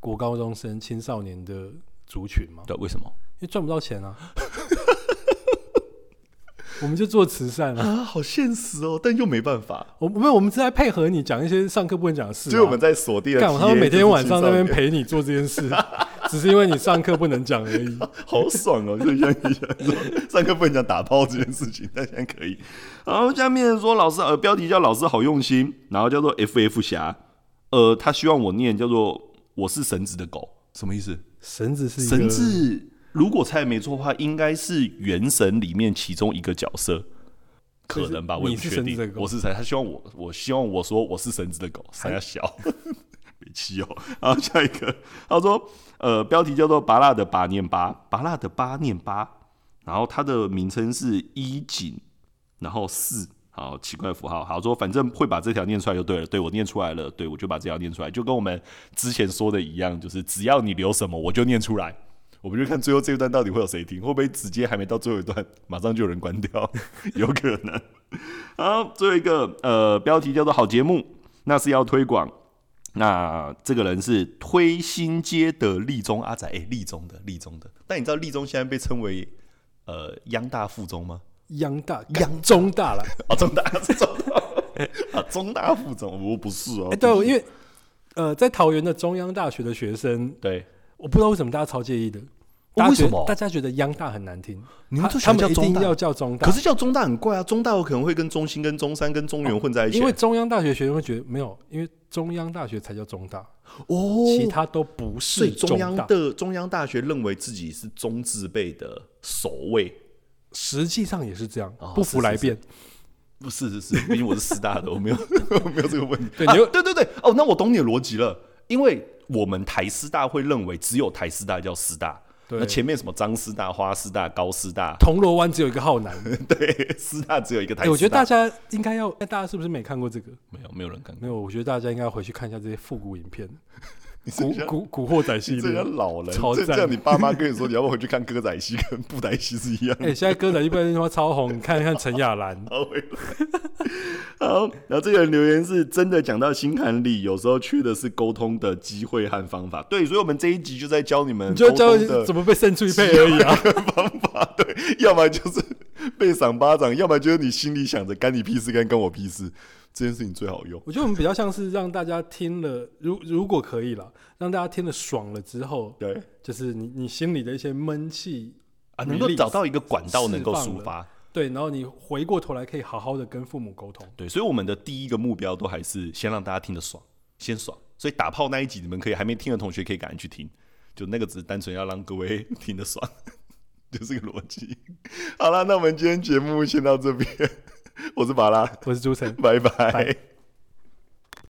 [SPEAKER 2] 国高中生、青少年的族群吗？
[SPEAKER 1] 对，为什么？
[SPEAKER 2] 因为赚不到钱啊。我们就做慈善啊，
[SPEAKER 1] 啊，好现实哦，但又没办法。
[SPEAKER 2] 我没有，我们是在配合你讲一些上课不能讲的事、啊。
[SPEAKER 1] 所以我们在锁定了 TA
[SPEAKER 2] 干，
[SPEAKER 1] 就是青少年，
[SPEAKER 2] 他们每天晚上在那边陪你做这件事，只是因为你上课不能讲而已。
[SPEAKER 1] 好爽哦！就像你想说，上课不能讲打炮这件事情，但现在可以。然后下面说老师，呃，标题叫老师好用心，然后叫做 FF 侠，呃，他希望我念叫做我是绳子的狗，什么意思？
[SPEAKER 2] 绳子是一个
[SPEAKER 1] 绳，子如果猜没错的话，应该是原神里面其中一个角色。可能吧，
[SPEAKER 2] 所
[SPEAKER 1] 我
[SPEAKER 2] 以
[SPEAKER 1] 也
[SPEAKER 2] 是
[SPEAKER 1] 不确
[SPEAKER 2] 你是绳子的
[SPEAKER 1] 定。
[SPEAKER 2] 狗哎
[SPEAKER 1] 我是谁？他希望我，我希望我说我是绳子的狗，三 小，北七哦。然后下一个，他说，呃，标题叫做“拔蜡的八念八”，拔蜡的八念八，然后它的名称是一锦，然后四，好奇怪的符号，好说，反正会把这条念出来就对了。对我念出来了，对我就把这条念出来，就跟我们之前说的一样，就是只要你留什么，我就念出来。我们就看最后这一段到底会有谁听，会不会直接还没到最后一段，马上就有人关掉， 有可能。好，最后一个呃，标题叫做“好节目”，那是要推广。那这个人是推新街的立中阿仔，哎、立中的立中的。但你知道立中现在被称为呃央大附中吗？
[SPEAKER 2] 央大、央中大了。
[SPEAKER 1] 啊，中大是中大啊，中大附中，我不是 哦、
[SPEAKER 2] 哎、对，我因为呃，在桃园的中央大学的学生，
[SPEAKER 1] 对，
[SPEAKER 2] 我不知道为什么大家超介意的。
[SPEAKER 1] 哦
[SPEAKER 2] 大家
[SPEAKER 1] 为
[SPEAKER 2] 觉
[SPEAKER 1] 什
[SPEAKER 2] 得
[SPEAKER 1] 么
[SPEAKER 2] 大家觉得央大很难听，
[SPEAKER 1] 你们
[SPEAKER 2] 他
[SPEAKER 1] 就喜
[SPEAKER 2] 他
[SPEAKER 1] 欢
[SPEAKER 2] 们
[SPEAKER 1] 叫
[SPEAKER 2] 一
[SPEAKER 1] 中
[SPEAKER 2] 定
[SPEAKER 1] 大
[SPEAKER 2] 要叫中大。
[SPEAKER 1] 可是叫中大很怪啊，中大有可能会跟中兴、跟中山、跟中原混在一起，啊
[SPEAKER 2] 因为中央大学学生会觉得没有，因为中央大学才叫中大，
[SPEAKER 1] 哦，
[SPEAKER 2] 其他都不
[SPEAKER 1] 所
[SPEAKER 2] 是
[SPEAKER 1] 以中央
[SPEAKER 2] 大。
[SPEAKER 1] 的中央大学认为自己是中字辈的首位，
[SPEAKER 2] 实际上也是这样
[SPEAKER 1] 哦，
[SPEAKER 2] 不服
[SPEAKER 1] 是是
[SPEAKER 2] 来
[SPEAKER 1] 是
[SPEAKER 2] 辩。
[SPEAKER 1] 不是是是，毕竟我是师大的，我没有 我没有这个问题。
[SPEAKER 2] 对
[SPEAKER 1] 啊
[SPEAKER 2] 你又
[SPEAKER 1] 对对对，哦，那我懂你的逻辑了，因为我们台师大会认为只有台师大叫师大，
[SPEAKER 2] 对
[SPEAKER 1] 那前面什么张师大、花师大、高师大，
[SPEAKER 2] 铜锣湾只有一个浩南，
[SPEAKER 1] 对，师大只有一个台
[SPEAKER 2] 哎、
[SPEAKER 1] 师大。
[SPEAKER 2] 我觉得大家应该要，大家是不是没看过这个？
[SPEAKER 1] 没有没有人敢
[SPEAKER 2] 没有，我觉得大家应该回去看一下这些复古影 片，
[SPEAKER 1] 这
[SPEAKER 2] 古
[SPEAKER 1] 叫
[SPEAKER 2] 古古惑仔系
[SPEAKER 1] 这叫。
[SPEAKER 2] 列
[SPEAKER 1] 老人，
[SPEAKER 2] 超
[SPEAKER 1] 这
[SPEAKER 2] 赞
[SPEAKER 1] 这样你爸妈跟你说你要不要回去看歌仔戏跟布袋戏是一样的，
[SPEAKER 2] 哎、。现在歌仔一般说超红，你看一看陈雅兰
[SPEAKER 1] 好回来。好，然后这个人留言是真的讲到心坎里，有时候缺的是沟通的机会和方法。对，所以我们这一集就在教你们
[SPEAKER 2] 你就教
[SPEAKER 1] 沟通的
[SPEAKER 2] 怎么被胜出一倍而已啊。
[SPEAKER 1] 方法。对，要么就是被赏巴掌，要么就是你心里想着干你屁事，跟跟我屁事。这件事情最好用。
[SPEAKER 2] 我觉得我们比较像是让大家听了，如如果可以了，让大家听了爽了之后，
[SPEAKER 1] 对
[SPEAKER 2] 就是你你心里的一些闷气，
[SPEAKER 1] 啊，
[SPEAKER 2] 能
[SPEAKER 1] 能够
[SPEAKER 2] 力
[SPEAKER 1] 找到一个管道
[SPEAKER 2] 释
[SPEAKER 1] 能够
[SPEAKER 2] 放
[SPEAKER 1] 抒
[SPEAKER 2] 了
[SPEAKER 1] 发。
[SPEAKER 2] 对，然后你回过头来可以好好的跟父母沟通。
[SPEAKER 1] 对，所以我们的第一个目标都还是先让大家听得爽，先爽。所以打炮那一集，你们可以还没听的同学可以赶紧去听，就那个只是单纯要让各位 听得爽，就这个逻辑。 好了，那我们今天节目先到这边，我是马拉，
[SPEAKER 2] 我是朱晨，
[SPEAKER 1] 拜拜。
[SPEAKER 2] 拜